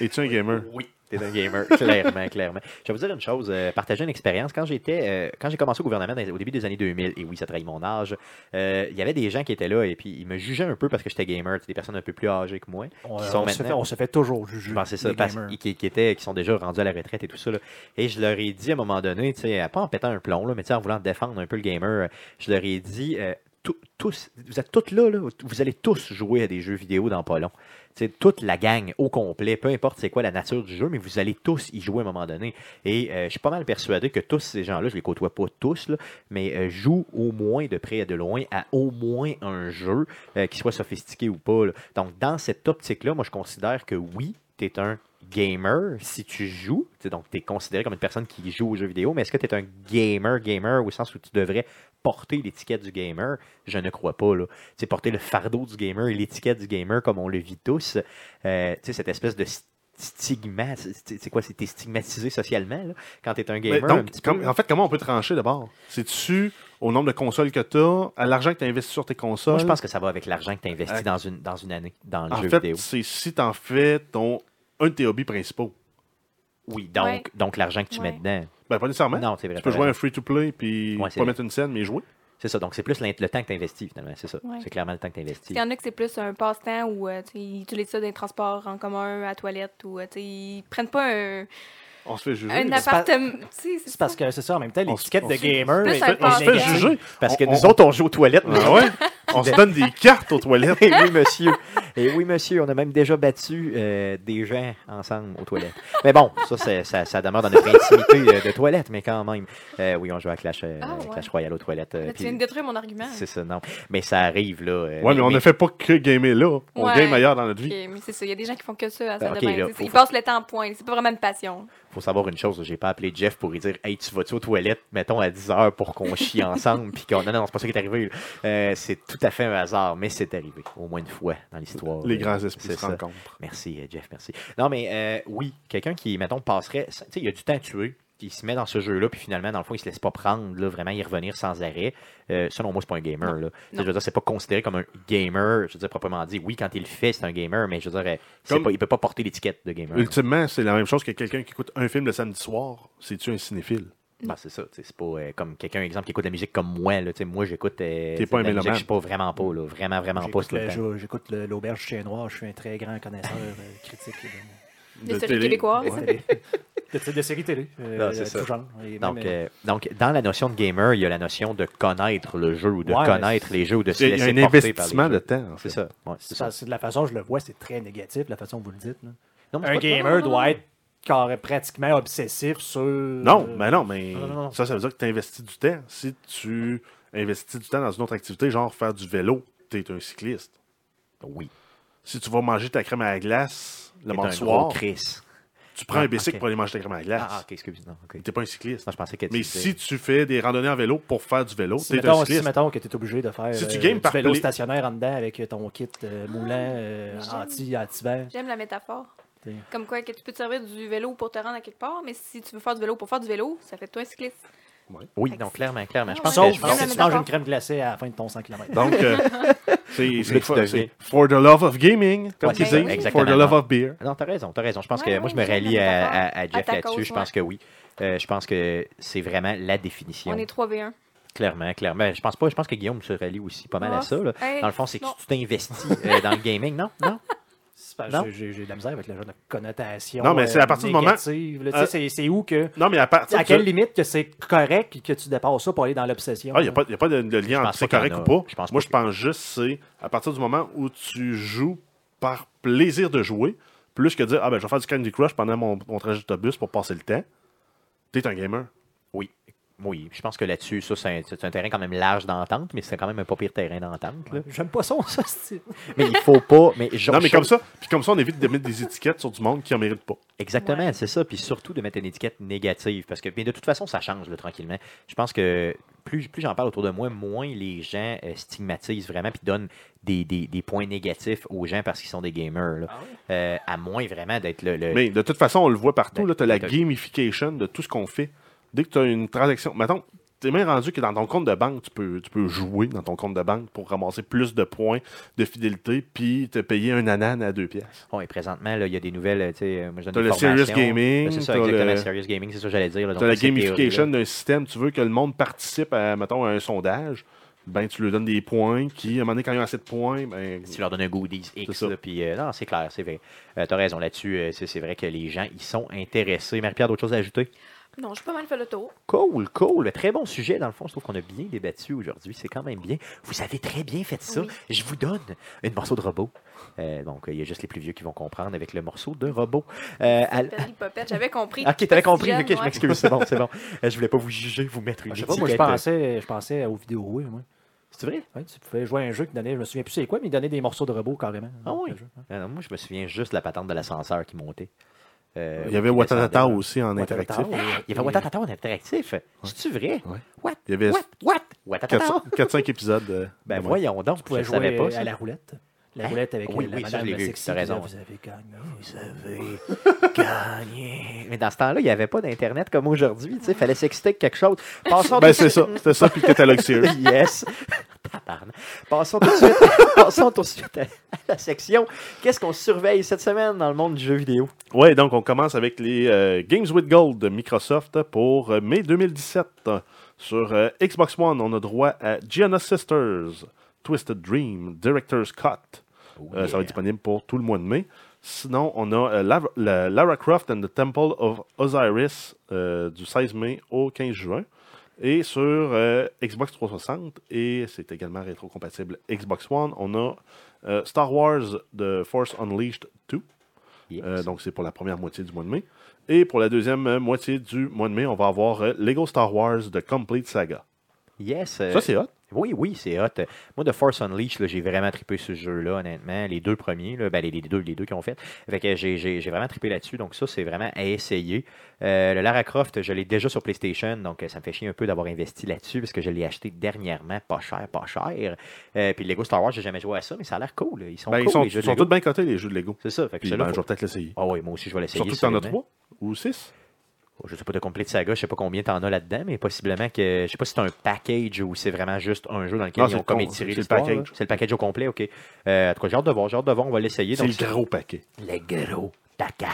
es-tu un gamer? Oui. T'es un gamer, [LAUGHS] clairement, clairement. Je vais vous dire une chose, euh, partager une expérience. Quand j'étais, euh, quand j'ai commencé au gouvernement dans- au début des années 2000, et oui, ça trahit mon âge, euh, il y avait des gens qui étaient là et puis ils me jugeaient un peu parce que j'étais gamer. C'est des personnes un peu plus âgées que moi On, qui euh, sont on se fait, maintenant. on se fait toujours juger. Je pensais Ben, ça, les parce- gamers. qui, qui étaient, qui sont déjà rendus à la retraite et tout ça. là. Et je leur ai dit à un moment donné, tu sais, pas en pétant un plomb, là, mais tu sais, en voulant défendre un peu le gamer, euh, je leur ai dit, euh, tou- tous, vous êtes tous là, là, vous allez tous jouer à des jeux vidéo dans pas long. Tu sais, toute la gang au complet, peu importe c'est quoi la nature du jeu, mais vous allez tous y jouer à un moment donné. Et euh, je suis pas mal persuadé que tous ces gens-là, je les côtoie pas tous, là, mais euh, jouent au moins de près et de loin à au moins un jeu, euh, qu'il soit sophistiqué ou pas. là. Donc, dans cette optique-là, moi, je considère que oui, tu es un gamer si tu joues. Tu sais, donc, tu es considéré comme une personne qui joue aux jeux vidéo, mais est-ce que tu es un gamer, gamer, au sens où tu devrais porter l'étiquette du gamer Je ne crois pas. Là. Tu sais, porter le fardeau du gamer et l'étiquette du gamer comme on le vit tous, euh, tu sais, cette espèce de st- stigmate, c'est c'est quoi, c'est t'es stigmatisé socialement là, quand t'es un Mais gamer. un donc, petit peu, comme- là. en fait, comment on peut trancher d'abord C'est-tu au nombre de consoles que tu as, à l'argent que tu investis sur tes consoles Moi, je pense que ça va avec l'argent que tu investis Euh, dans une, dans une année, dans le En jeu fait, vidéo. c'est si tu en fais ton, un de tes hobbies principaux. Oui, donc, Ouais. donc l'argent que tu Ouais. mets dedans. Ben, pas nécessairement. Non, c'est vrai. tu peux t'as jouer à un raison. free-to-play puis Ouais, c'est pas vrai. mettre une scène, mais jouer. C'est ça, donc c'est plus l'in- le temps que tu investis finalement, c'est ça. Ouais. C'est clairement le temps que tu investis. Il y en a que c'est plus un passe-temps où euh, tu sais, ils utilisent ça dans les transports en commun, à la toilette, ou euh, tu sais, ils prennent pas un, On se fait juger. un là. c'est pas- appartement. tu sais, C'est parce que c'est ça, en même temps, On- l'étiquette on- de gamer. Plus est- un est On se fait négligée. Parce juger. Parce que on- nous on- autres, on joue aux toilettes. nous [LAUGHS] Ah ouais? On [LAUGHS] se donne des cartes aux toilettes. Et oui, monsieur. [LAUGHS] Et oui, monsieur, on a même déjà battu euh, des gens ensemble aux toilettes. Mais bon, ça, c'est- ça, ça demeure dans notre intimité euh, de toilette, mais quand même. Euh, oui, on joue à Clash, euh, Ah, ouais. Clash Royale aux toilettes. euh, Là, puis- tu viens de détruire mon argument. c'est ça, non. Mais ça arrive, là. euh, Ouais, mais on ne fait pas que gamer là. On Ouais. game ailleurs dans notre vie. Ok, mais c'est ça, il y a des gens qui font que ça à ça Ben, ok, demain. là, C'est- faut- Ils passent le temps point, c'est pas vraiment une passion. faut savoir une chose, j'ai pas appelé Jeff pour lui dire Hey, tu vas-tu aux toilettes, mettons, à 10 heures pour qu'on [LAUGHS] chie ensemble, puis qu'on. Non, non, c'est pas ça qui est arrivé. là. Euh, c'est tout à fait un hasard, mais c'est arrivé, au moins une fois dans l'histoire. Les Euh, grands esprits c'est se ça. rencontrent. Merci, euh, Jeff, merci. Non, mais euh, oui, quelqu'un qui, mettons, passerait. Tu sais, il y a du temps à tuer. Il se met dans ce jeu-là, puis finalement, dans le fond, il se laisse pas prendre, là, vraiment, y revenir sans arrêt. Euh, selon moi, c'est pas un gamer. Là. Tu sais, Je veux dire, c'est pas considéré comme un gamer, je veux dire, proprement dit. Oui, quand il le fait, c'est un gamer, mais je veux dire, euh, c'est Comme- pas- il peut pas porter l'étiquette de gamer. Ultimement, c'est la même chose que quelqu'un qui écoute un film le samedi soir. C'est-tu un cinéphile? Ben, c'est ça, tu sais, c'est pas euh, comme quelqu'un, exemple, qui écoute de la musique comme moi. Là, tu sais, moi, j'écoute. euh, T'es tu sais, pas un de la musique, mélomane. Je suis pas vraiment pas, là, vraiment, vraiment pas. J'écoute tout le le- temps. je- J'écoute le- l'auberge chez Noir, je suis un très grand connaisseur euh, critique de- Des séries québécoises. Ouais. de, de, de séries télé, euh, Non, c'est ça. tout genre. Et Donc, même, euh, euh, donc, dans la notion de gamer, il y a la notion de connaître le jeu ou de Ouais, connaître les jeux ou de se Il y laisser a un porter par les investissement jeux. de temps. en C'est fait. ça. ouais, c'est c'est ça. ça, c'est de la façon que je le vois, c'est très négatif, la façon que vous le dites. là. Non, mais c'est Un pas- gamer non, non, non, doit être carré- pratiquement obsessif sur. euh, Non, mais non, mais Non, non, non. ça, ça veut dire que tu investis du temps. Si tu investis du temps dans une autre activité, genre faire du vélo, tu es un cycliste. non. Oui. Si tu vas manger ta crème à la glace le T'es un mardi gros soir, Chris. tu prends Ah, un bicycle ok. pour aller manger ta crème à la glace. Ah, ok, excuse-moi. non, ok. T'es pas un cycliste. Non, je pensais que tu mais disais- si tu fais des randonnées en vélo pour faire du vélo, Si t'es un mettons, si cycliste. mettons que tu es obligé de faire Si tu euh, games du par vélo play- stationnaire en dedans avec euh, ton kit euh, moulant euh, j'aime. anti, anti-vent. J'aime la métaphore. T'es- Comme quoi, que tu peux te servir du vélo pour te rendre à quelque part, mais si tu veux faire du vélo pour faire du vélo, ça fait de toi un cycliste. Oui, non, clairement, clairement. Je Ah, pense ouais. que je Sauf J'aime la pense si que- tu manges métaphore. une crème glacée à la fin de ton 100 km. Donc, [LAUGHS] euh, c'est- c'est tu for, deviens. c'est for the love of gaming, comme Ouais, tu c'est ça, dis, for exactement. the love of beer. Non, t'as raison, t'as raison. Je pense Ouais, que moi, je ouais, me j'aime la rallie à, métaphore. à- à À Jeff ta là-dessus. cause, Je pense que oui. Euh, je pense que c'est vraiment la définition. On est 3v1. Clairement, clairement. Ben, Je pense pas. Je pense que Guillaume se rallie aussi pas mal à Ah, ça. là. hey, Eh, Dans le fond, c'est que non. tu t'investis euh, dans le gaming, non? Non? C'est parce Non. que J'ai j'ai de la misère avec le genre de connotation. Non, mais c'est à partir du moment- négative, là. Tu sais, Euh, c'est- c'est où que. Non, mais à partir À quelle de... limite que c'est correct et que tu dépasses ça pour aller dans l'obsession? Ah, il n'y a, pas- y a pas de, de lien entre pense c'est pas qu'il correct y en ou a. pas. Je pense Moi, pas je pense juste c'est à partir du moment où tu joues par plaisir de jouer, plus que dire, ah ben, je vais faire du Candy Crush pendant mon, mon trajet d'autobus pour passer le temps, t'es un gamer. Oui. Oui. Je pense que là-dessus, ça, c'est un, c'est un terrain quand même large d'entente, mais c'est quand même un pas pire terrain d'entente. là. J'aime pas ça, ça, c'est- Mais il faut pas. [LAUGHS] Mais je- non, mais je- comme ça, puis comme ça, on évite de mettre des étiquettes sur du monde qui en mérite pas. Exactement, Ouais. c'est ça. Puis surtout de mettre une étiquette négative. Parce que mais de toute façon, ça change là, tranquillement. Je pense que plus, plus j'en parle autour de moi, moins les gens euh, stigmatisent vraiment puis donnent des, des- des points négatifs aux gens parce qu'ils sont des gamers. là. Ah Euh, à moins vraiment d'être le. le- Mais de toute façon, on le voit partout, Ben, là, t'as la t'as- gamification de tout ce qu'on fait. Dès que tu as une transaction, mettons, t'es même rendu que dans ton compte de banque, tu peux, tu peux jouer dans ton compte de banque pour ramasser plus de points de fidélité puis te payer un anan à deux pièces. Bon, et présentement, là, il y a des nouvelles. euh, tu sais, euh, moi, je donne T'as des le Serious formations. Gaming, Ben, C'est ça, t'as exactement. le- Serious Gaming, c'est ça que j'allais dire. là. Donc, Tu as la cette théorie-là. gamification d'un système. Tu veux que le monde participe à, mettons, à un sondage, ben tu lui donnes des points qui, à un moment donné, quand il y a assez de points, ben, Si tu leur donnes un goodies X, C'est ça. là, puis euh, non, c'est clair, c'est vrai. Euh, T'as raison là-dessus, euh, c'est c'est vrai que les gens, ils sont intéressés. Marie-Pierre, d'autres choses à ajouter? Non, j'ai pas mal fait le tour. Cool, cool. Très bon sujet, dans le fond. Je trouve qu'on a bien débattu aujourd'hui. C'est quand même bien. Vous avez très bien fait ça. Oui. Je vous donne un morceau de robot. Euh, donc, il y a juste les plus vieux qui vont comprendre avec le morceau de robot. Euh, à- Ah, Perli Popette, j'avais compris. Ok, t'avais compris. Jeune, Ok, je ouais. m'excuse. C'est bon, c'est bon. Euh, Je voulais pas vous juger, vous mettre une Je sais pas, moi, je étiquette. euh, pensais, je pensais aux vidéos, oui, moi. C'est vrai? Ouais, tu pouvais jouer à un jeu qui donnait, je me souviens plus c'est quoi, mais il donnait des morceaux de robots carrément. Ah oui. Le jeu. Ah non, moi, je me souviens juste de la patente de l'ascenseur qui montait. Euh, il y avait qui Watanata descendait. aussi en interactif. Watatata, ouais. Il y avait Watatata en interactif. C'est-tu vrai? Ouais. What? Il y avait What? What? Watatata? 4-5 épisodes. euh, Ben de moi. voyons donc, Tu pouvais je jouer euh, savais pas. à ça. [LAUGHS] la roulette. La Hein? roulette avec Oui, euh, la oui, ça, je madame l'ai vu, sexy t'as qui disait, raison. Vous avez gagné. Ah Vous avez gagné. Mais dans ce temps-là, il n'y avait pas d'Internet comme aujourd'hui. Il Ah. fallait s'exciter avec quelque chose. Passons tout Ben de c'est suite- ça, c'était ça puis le catalogue Sears. [LAUGHS] Yes. Tabarnak. Passons tout de suite, [LAUGHS] passons tout de suite à à la section. Qu'est-ce qu'on surveille cette semaine dans le monde du jeu vidéo? Ouais, donc on commence avec les euh, Games with Gold de Microsoft pour euh, mai 2017. Sur euh, Xbox One, on a droit à Gianna Sisters, Twisted Dream, Director's Cut. Euh, Ça va être disponible pour tout le mois de mai. Sinon, on a euh, Lav- la- Lara Croft and the Temple of Osiris euh, du 16 mai au 15 juin. Et sur euh, Xbox 360, et c'est également rétro-compatible Xbox One, on a euh, Star Wars The Force Unleashed 2. Yes. Euh, donc, c'est pour la première moitié du mois de mai. Et pour la deuxième euh, moitié du mois de mai, on va avoir euh, Lego Star Wars The Complete Saga. Yes. euh, Ça, c'est hot. Oui, oui, c'est hot. Moi, de Force Unleashed, là, j'ai vraiment trippé ce jeu-là, honnêtement. Les deux premiers, là, ben, les, les deux, les deux qu'ils ont fait. Fait que j'ai, j'ai- j'ai vraiment trippé là-dessus. Donc, ça, c'est vraiment à essayer. Euh, le Lara Croft, je l'ai déjà sur PlayStation. Donc, euh, ça me fait chier un peu d'avoir investi là-dessus parce que je l'ai acheté dernièrement, pas cher, pas cher. Euh, puis, Lego Star Wars, j'ai jamais joué à ça, mais ça a l'air cool. Ils sont Ben, cool, ils sont, les jeux de sont Lego. tous bien cotés, les jeux de Lego. C'est ça. Fait que Puis, celui-là, ben, je faut- vais peut-être l'essayer. Ah oui, moi aussi, je vais l'essayer. Surtout que t'en as solidement. trois ou six. Je sais pas, de Complete Saga, je sais pas combien t'en as là-dedans, mais possiblement que. Je sais pas si c'est un package ou c'est vraiment juste un jeu dans lequel Non, ils c'est ont le comme con- étiré c'est le l'histoire, package. là. C'est le package au complet, ok. Euh, en tout cas, j'ai hâte de voir, j'ai hâte de voir, on va l'essayer. C'est Donc, le gros paquet. le gros paca.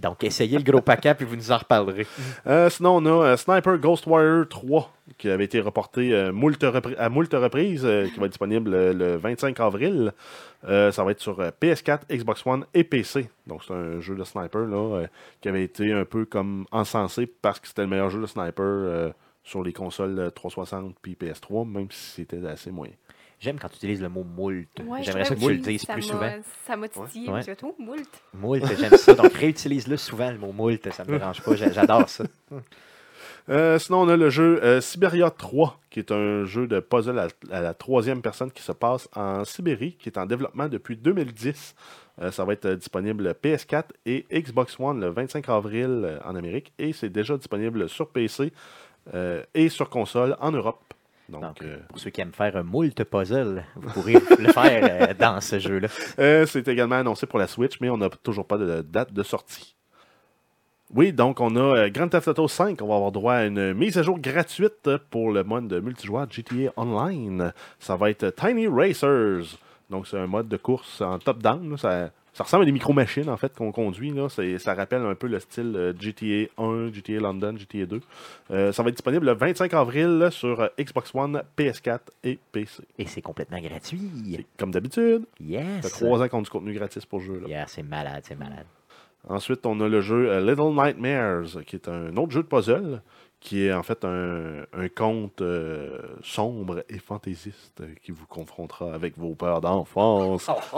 Donc, essayez le gros paca, puis vous nous en reparlerez. Euh, sinon, on a euh, Sniper Ghost Warrior 3 qui avait été reporté euh, moult repri- à moult reprises, euh, qui va être disponible euh, le 25 avril. Euh, ça va être sur euh, PS4, Xbox One et PC. Donc, c'est un jeu de sniper là, euh, qui avait été un peu comme encensé parce que c'était le meilleur jeu de sniper euh, sur les consoles euh, 360 puis PS3, même si c'était assez moyen. J'aime quand tu utilises le mot moult. Ouais, J'aimerais ça que j'aurais tu le voulu, dises ça plus m'a- souvent. Ça m'a titillé, Ouais. mais surtout, moult. Moult, j'aime ça. Donc, réutilise-le souvent, le mot moult. Ça me dérange pas. j'a- J'adore ça. Euh, sinon, on a le jeu euh, Siberia 3, qui est un jeu de puzzle à, à la troisième personne qui se passe en Sibérie, qui est en développement depuis 2010. Euh, ça va être euh, disponible PS4 et Xbox One le 25 avril euh, en Amérique, et c'est déjà disponible sur PC euh, et sur console en Europe. Donc, Donc, euh, pour ceux qui aiment faire un moult puzzle, vous pourrez le faire euh, dans ce jeu-là. Euh, c'est également annoncé pour la Switch, mais on n'a toujours pas de date de sortie. Oui, donc on a euh, Grand Theft Auto 5. On va avoir droit à une mise à jour gratuite pour le mode de multijoueur GTA Online. Ça va être Tiny Racers. Donc c'est un mode de course en top-down. là. Ça, ça ressemble à des micro-machines en fait qu'on conduit. Là. C'est- Ça rappelle un peu le style euh, GTA 1, GTA London, GTA 2. Euh, ça va être disponible le 25 avril là, sur euh, Xbox One, PS4 et PC. Et c'est complètement gratuit. C'est Comme d'habitude, ça Yes. fait trois ans qu'on a du contenu gratis pour ce jeu. là. Yeah, c'est malade, c'est malade. Ensuite, on a le jeu euh, Little Nightmares, qui est un autre jeu de puzzle, qui est en fait un, un conte euh, sombre et fantaisiste euh, qui vous confrontera avec vos [LAUGHS] peurs d'enfance. [LAUGHS]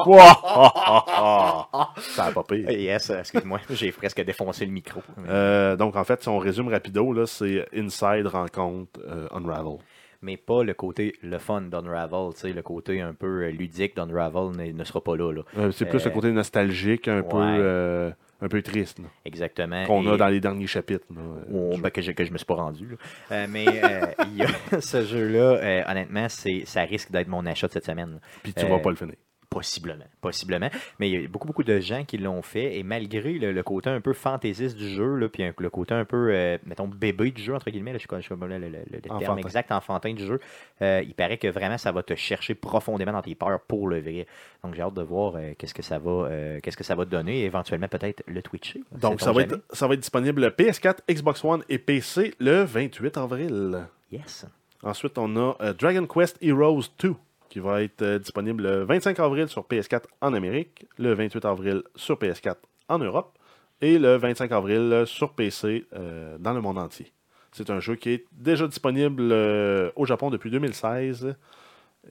Ça a pas pire. Yes, excuse-moi, [LAUGHS] j'ai presque défoncé le micro. Euh, donc, en fait, si on résume rapido, là, c'est Inside, Rencontre, euh, Unravel. Mais pas le côté le fun d'Unravel, tu sais, le côté un peu euh, ludique d'Unravel ne, ne sera pas là, là. Euh, c'est plus Euh, le côté nostalgique, un, peu, ouais. euh, un peu triste, là, Exactement. qu'on a Et- dans les derniers chapitres. là, euh, Oh, du jeu. ben, que, je, que je me suis pas rendu. là. Euh, mais euh, il y [LAUGHS] a- ce jeu-là, euh, honnêtement, c'est, ça risque d'être mon achat de cette semaine. là. Puis tu euh, vas pas le finir. Possiblement, possiblement. Mais il y a beaucoup, beaucoup de gens qui l'ont fait, et malgré le, le côté un peu fantaisiste du jeu, là, puis un- le côté un peu, euh, mettons, bébé du jeu, entre guillemets, là, je ne sais pas le, le- le- le terme Enfantin. exact, enfantin du jeu, euh, il paraît que vraiment, ça va te chercher profondément dans tes peurs pour le vrai. Donc, j'ai hâte de voir euh, qu'est-ce que ça va euh, qu'est-ce que ça va te donner, et éventuellement peut-être le Twitcher. Donc, Sait-on ça va, jamais. être, ça va être disponible PS4, Xbox One et PC le 28 avril. Yes. Ensuite, on a euh, Dragon Quest Heroes 2 qui va être euh, disponible le 25 avril sur PS4 en Amérique, le 28 avril sur PS4 en Europe et le 25 avril sur PC euh, dans le monde entier. C'est un jeu qui est déjà disponible euh, au Japon depuis 2016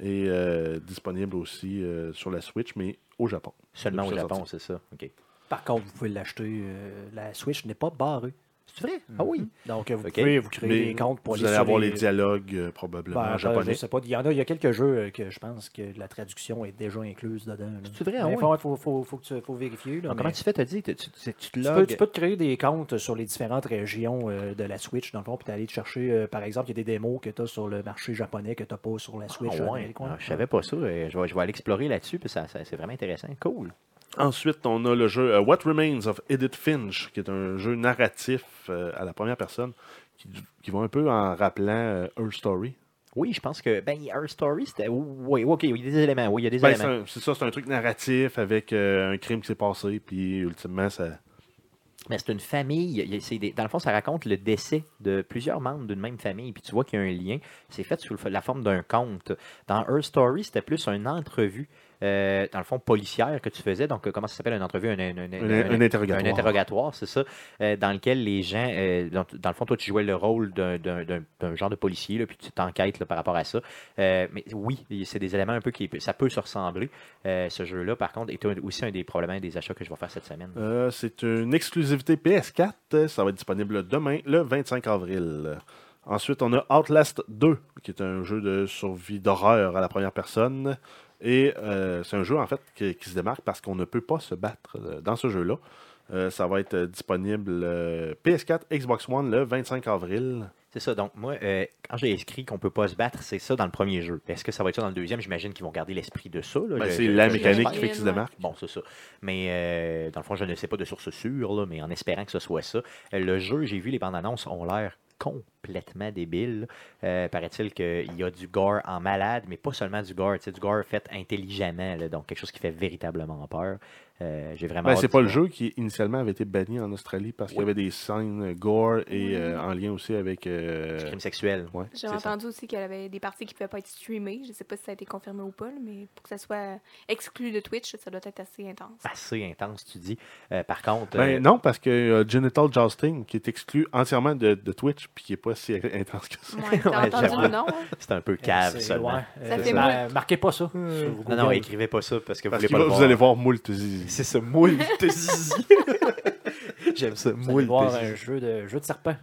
et euh, disponible aussi euh, sur la Switch, mais au Japon. Seulement au Depuis sa Japon, sortie. c'est ça. OK. Par contre, vous pouvez l'acheter. euh, la Switch n'est pas barrée. C'est vrai? Ah oui. Donc, euh, vous Ok. pouvez vous créer Mais des comptes pour vous aller allez sur avoir les, les- dialogues euh, probablement Ben, en ben, japonais. je sais pas. Il y en a, il y a quelques jeux euh, que je pense que la traduction est déjà incluse dedans. là. C'est vrai, Mais ah ouais? faut, faut, faut, faut que tu- faut vérifier. là, Donc, comment mais tu fais, t'as dit? Tu, tu- tu- tu te tu, peux, logs. tu peux te créer des comptes sur les différentes régions euh, de la Switch, dans le fond, puis aller te chercher, euh, par exemple, il y a des démos que tu as sur le marché japonais que tu n'as pas sur la Switch. Ah euh, ouais. dans les coins. Ah, je savais pas ça. Euh, Je vais, je vais aller explorer là-dessus, puis ça, ça- c'est vraiment intéressant. Cool. Ensuite, on a le jeu euh, What Remains of Edith Finch, qui est un jeu narratif euh, à la première personne, qui, qui va un peu en rappelant euh, Her Story. Oui, je pense que ben, Her Story, c'était. Oui, ok, il y a des éléments. Oui, il y a des Ben, c'est éléments. un- c'est ça, c'est un truc narratif avec euh, un crime qui s'est passé, puis ultimement, ça. Mais c'est une famille. il y a- c'est des- dans le fond, ça raconte le décès de plusieurs membres d'une même famille. Puis tu vois qu'il y a un lien. C'est fait sous le- la forme d'un conte. Dans Her Story, c'était plus une entrevue, euh, dans le fond, policière que tu faisais. Donc, euh, comment ça s'appelle une entrevue Un, un- un- Un, un- un interrogatoire. Un interrogatoire, c'est ça, euh, dans lequel les gens, euh, dans, dans le fond, toi, tu jouais le rôle d'un- d'un d'un- d'un genre de policier, là, puis tu t'enquêtes là, par rapport à ça. Euh, mais oui, c'est des éléments un peu qui, ça peut se ressembler, euh, ce jeu-là, par contre, est un- aussi un des problèmes des achats que je vais faire cette semaine. Euh, c'est une exclusivité PS4. euh, Ça va être disponible demain, le 25 avril. Ensuite, on a Outlast 2, qui est un jeu de survie d'horreur à la première personne. Et euh, c'est un jeu, en fait, qui, qui se démarque parce qu'on ne peut pas se battre euh, dans ce jeu-là. Euh, ça va être euh, disponible euh, PS4, Xbox One le 25 avril. C'est ça, donc moi, euh, quand j'ai écrit qu'on peut pas se battre, c'est ça dans le premier jeu. Est-ce que ça va être ça dans le deuxième J'imagine qu'ils vont garder l'esprit de ça. là. Ben, Je- c'est je- la je- mécanique j'espère. qui fait qu'il se démarque. Bon, c'est ça. Mais euh, dans le fond, je ne sais pas de source sûre, là, mais en espérant que ce soit ça. Euh, Le jeu, j'ai vu les bandes annonces, ont l'air complètement débiles. Euh, Paraît-il qu'il y a du gore en malade, mais pas seulement du gore, tu sais, du gore fait intelligemment, là, donc quelque chose qui fait véritablement peur. Euh, j'ai vraiment. Ben, hâte c'est d'y pas le voir. jeu qui initialement avait été banni en Australie parce qu'il y avait des scènes gore et euh, en lien aussi avec. euh, Du crime sexuel. ouais. J'ai C'est ça. entendu aussi qu'il y avait des parties qui ne pouvaient pas être streamées. Je ne sais pas si ça a été confirmé ou pas, là, mais pour que ça soit exclu de Twitch, ça doit être [LAUGHS] assez intense. Assez intense, tu dis. Euh, par contre. euh, Ben non, parce que euh, Genital Jousting, qui est exclu entièrement de, de Twitch, puis qui n'est pas si [LAUGHS] intense que ça. Ouais, t'as Ouais, entendu j'avoue. le nom? hein? C'est un peu C'est- cave ouais, seulement. euh, Ça fait Hmm. ma- mal. marquez pas ça. sur Google. Ah Non, non, écrivez pas ça parce que vous Parce voulez que pas là, le vous voir. allez voir moult zizi. C'est ce moule de [LAUGHS] zizi. J'aime ça, Vous allez moule de voir zizi. un jeu de, jeu de serpent.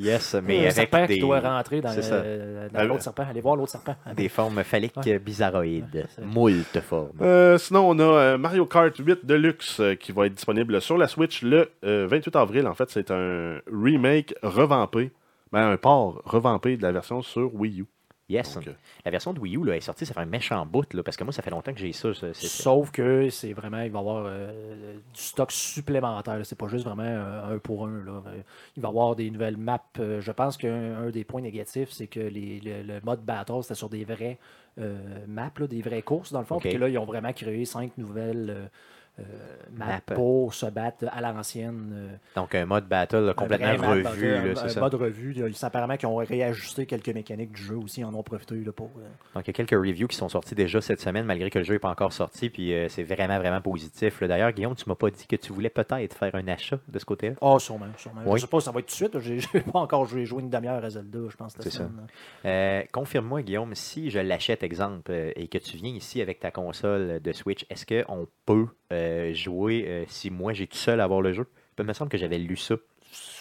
Yes, mais un avec serpent des, qui doit rentrer dans, C'est ça. Ben, le- euh, dans Avec- l'autre serpent. Allez voir l'autre serpent. des formes phalliques Ouais. bizarroïdes. c'est- Moule de formes. Euh, sinon, on a euh, Mario Kart 8 Deluxe euh, qui va être disponible sur la Switch le euh, 28 avril. En fait, c'est un remake revampé, ben, un port revampé de la version sur Wii U. Yes. Donc, euh, La version de Wii U là, est sortie, ça fait un méchant bout, là, parce que moi, ça fait longtemps que j'ai ça. ça, c'est- c'est- Sauf que c'est vraiment, il va y avoir euh, du stock supplémentaire. là. C'est pas juste vraiment euh, un pour un. là. Euh, Il va y avoir des nouvelles maps. Euh, Je pense qu'un un des points négatifs, c'est que les- le, le mode battle, c'était sur des vraies euh, maps, là, des vraies courses, dans le fond. Ok. Puis que là, ils ont vraiment créé cinq nouvelles euh, euh, maps Maps. pour se battre à l'ancienne. euh, Donc, un mode battle là, complètement un vrai map, revu, un- là, un c'est ça. mode revue. là. Ils- Apparemment, qu'ils ont réajusté quelques mécaniques du jeu aussi. Ils en ont profité là, pour. euh, Donc, il y a quelques reviews qui sont sortis déjà cette semaine, malgré que le jeu n'est pas encore sorti, puis euh, c'est vraiment, vraiment positif. là. D'ailleurs, Guillaume, tu m'as pas dit que tu voulais peut-être faire un achat de ce côté-là. Ah, sûrement, sûrement. Oui. Je sais pas, ça va être tout de suite. J'ai [LAUGHS] j'ai pas encore joué, joué une demi-heure à Zelda, je pense, la C'est ça. semaine. hein. là. Euh, Confirme-moi, Guillaume, si je l'achète, exemple, euh, et que tu viens ici avec ta console de Switch, est-ce qu'on peut euh, jouer euh, si moi j'ai tout seul à avoir le jeu Il me semble que j'avais lu ça.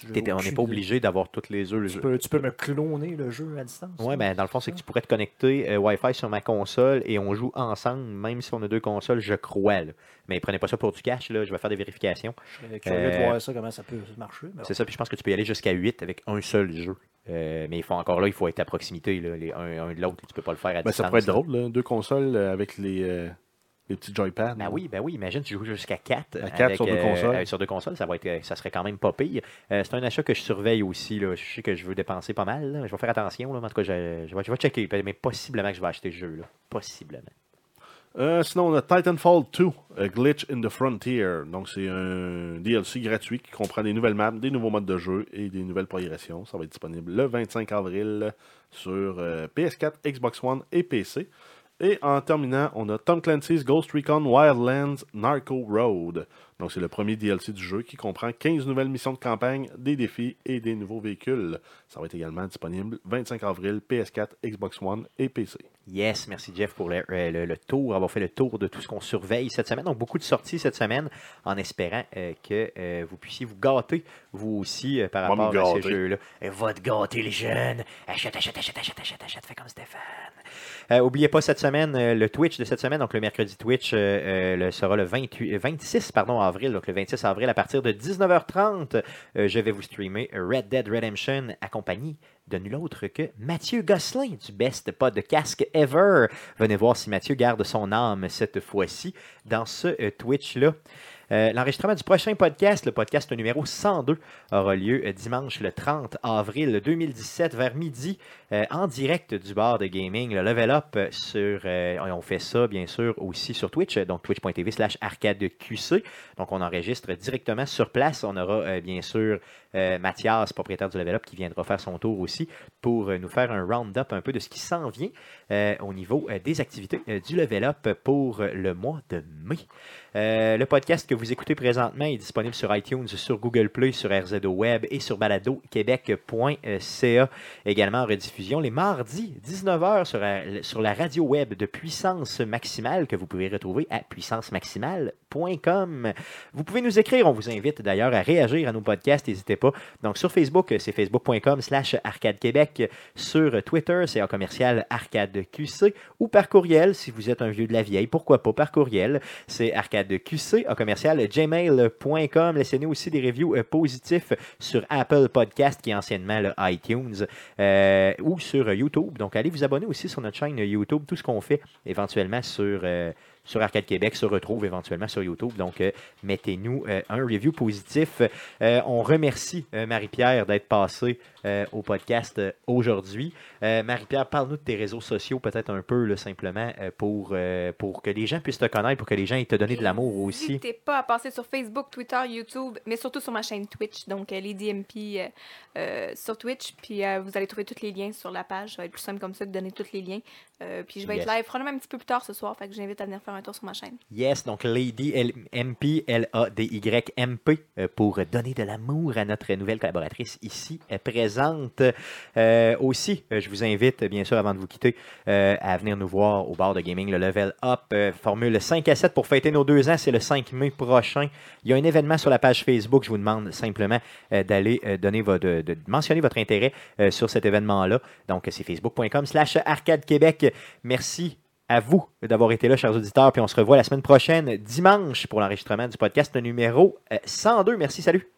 J'ai T'étais- on n'est aucune pas idée. obligé d'avoir tous les jeux. Le Tu jeu. peux, tu peux me cloner le jeu à distance. Ouais, là. ben, dans le fond, c'est que tu pourrais te connecter euh, Wi-Fi sur ma console et on joue ensemble, même si on a deux consoles, je crois. là. Mais prenez pas ça pour du cash, là, je vais faire des vérifications. Je serais curieux de euh, voir ça, comment ça peut marcher. mais Ah. C'est ça, puis je pense que tu peux y aller jusqu'à 8 avec un seul jeu. Euh, mais il faut encore là, il faut être à proximité, là, les, un, un de l'autre, tu peux pas le faire à ben, distance. ça pourrait être là. drôle, là, deux consoles euh, avec les, euh, les petits joypads. Ben oui, ben oui, imagine, tu joues jusqu'à 4. À quatre sur deux consoles. sur deux consoles, ça, va être, ça serait quand même pas pire. Euh, c'est un achat que je surveille aussi. Là. Je sais que je veux dépenser pas mal. là. Je vais faire attention. Là. Mais En tout cas, je, je vais, je vais checker. Mais possiblement que je vais acheter ce jeu. Là. Possiblement. Euh, sinon, on a Titanfall 2, A Glitch in the Frontier. Donc, c'est un DLC gratuit qui comprend des nouvelles maps, des nouveaux modes de jeu et des nouvelles progressions. Ça va être disponible le 25 avril sur euh, PS4, Xbox One et PC. Et en terminant, on a Tom Clancy's Ghost Recon Wildlands Narco Road. Donc, c'est le premier DLC du jeu qui comprend 15 nouvelles missions de campagne, des défis et des nouveaux véhicules. Ça va être également disponible 25 avril, PS4, Xbox One et PC. Yes, merci Jeff pour le, euh, le- le tour, avoir fait le tour de tout ce qu'on surveille cette semaine. Donc, beaucoup de sorties cette semaine, en espérant euh, que euh, vous puissiez vous gâter, vous aussi, euh, par Moi, me rapport à ces gâter. jeux-là. Et Va te gâter, les jeunes! Achète, achète, achète, achète, achète, achète, fais comme Stéphane! Euh, oubliez pas cette semaine, euh, le Twitch de cette semaine, donc le mercredi Twitch euh, euh, le- sera le 28, euh, 26 pardon, avril, donc le 26 avril à partir de 19h30. euh, je vais vous streamer Red Dead Redemption accompagné de nul autre que Mathieu Gosselin du Best Pas de Casque Ever. Venez voir si Mathieu garde son âme cette fois-ci dans ce euh, Twitch-là. Euh, L'enregistrement du prochain podcast, le podcast numéro 102, aura lieu euh, dimanche le 30 avril 2017 vers midi euh, en direct du bar de gaming, le Level Up euh, sur... euh, on fait ça, bien sûr, aussi sur Twitch, euh, donc twitch.tv slash arcadeqc. Donc, on enregistre directement sur place. On aura, euh, bien sûr, euh, Mathias, propriétaire du Level Up, qui viendra faire son tour aussi pour euh, nous faire un round-up un peu de ce qui s'en vient euh, au niveau euh, des activités euh, du Level Up pour euh, le mois de mai. Euh, le podcast que vous écoutez présentement est disponible sur iTunes, sur Google Play, sur RZO Web et sur baladoquebec.ca. Également en rediffusion les mardis 19h sur la, sur la radio web de Puissance Maximale que vous pouvez retrouver à puissancemaximale.com. Vous pouvez nous écrire, on vous invite d'ailleurs à réagir à nos podcasts, n'hésitez pas. Donc sur Facebook, c'est facebook.com slash arcade québec. Sur Twitter, c'est en commercial arcade QC ou par courriel, si vous êtes un vieux de la vieille, pourquoi pas par courriel. C'est arcadeqc, en commercial, gmail.com. Laissez-nous aussi des reviews euh, positifs sur Apple Podcast, qui est anciennement le iTunes, euh, ou sur euh, YouTube. Donc, allez vous abonner aussi sur notre chaîne euh, YouTube. Tout ce qu'on fait éventuellement sur, euh, sur Arcade Québec se retrouve éventuellement sur YouTube. Donc, euh, mettez-nous euh, un review positif. Euh, on remercie euh, Marie-Pierre d'être passée euh, au podcast euh, aujourd'hui. Euh, Marie-Pierre, parle-nous de tes réseaux sociaux, peut-être un peu, là, simplement, euh, pour, euh, pour que les gens puissent te connaître, pour que les gens aient te donné de l'amour aussi. N'hésitez pas à passer sur Facebook, Twitter, YouTube, mais surtout sur ma chaîne Twitch, donc euh, les DMP euh, euh, sur Twitch. Puis euh, vous allez trouver tous les liens sur la page. Ça va être plus simple comme ça de donner tous les liens. Euh, puis je vais Yes. être live probablement un petit peu plus tard ce soir, fait que j'invite à venir faire un tour sur ma chaîne. Yes, donc Lady L- MP, L-A-D-Y-M-P, euh, pour donner de l'amour à notre nouvelle collaboratrice ici euh, présente. Euh, aussi, euh, je vous invite, euh, bien sûr, avant de vous quitter, euh, à venir nous voir au bar de gaming, le Level Up, euh, formule 5 à 7 pour fêter nos deux ans, c'est le 5 mai prochain. Il y a un événement sur la page Facebook, je vous demande simplement euh, d'aller euh, donner votre, de, de mentionner votre intérêt euh, sur cet événement-là. Donc, c'est facebook.com slash arcade québec. Merci à vous d'avoir été là, chers auditeurs. Puis on se revoit la semaine prochaine, dimanche, pour l'enregistrement du podcast numéro euh, 102. Merci, salut.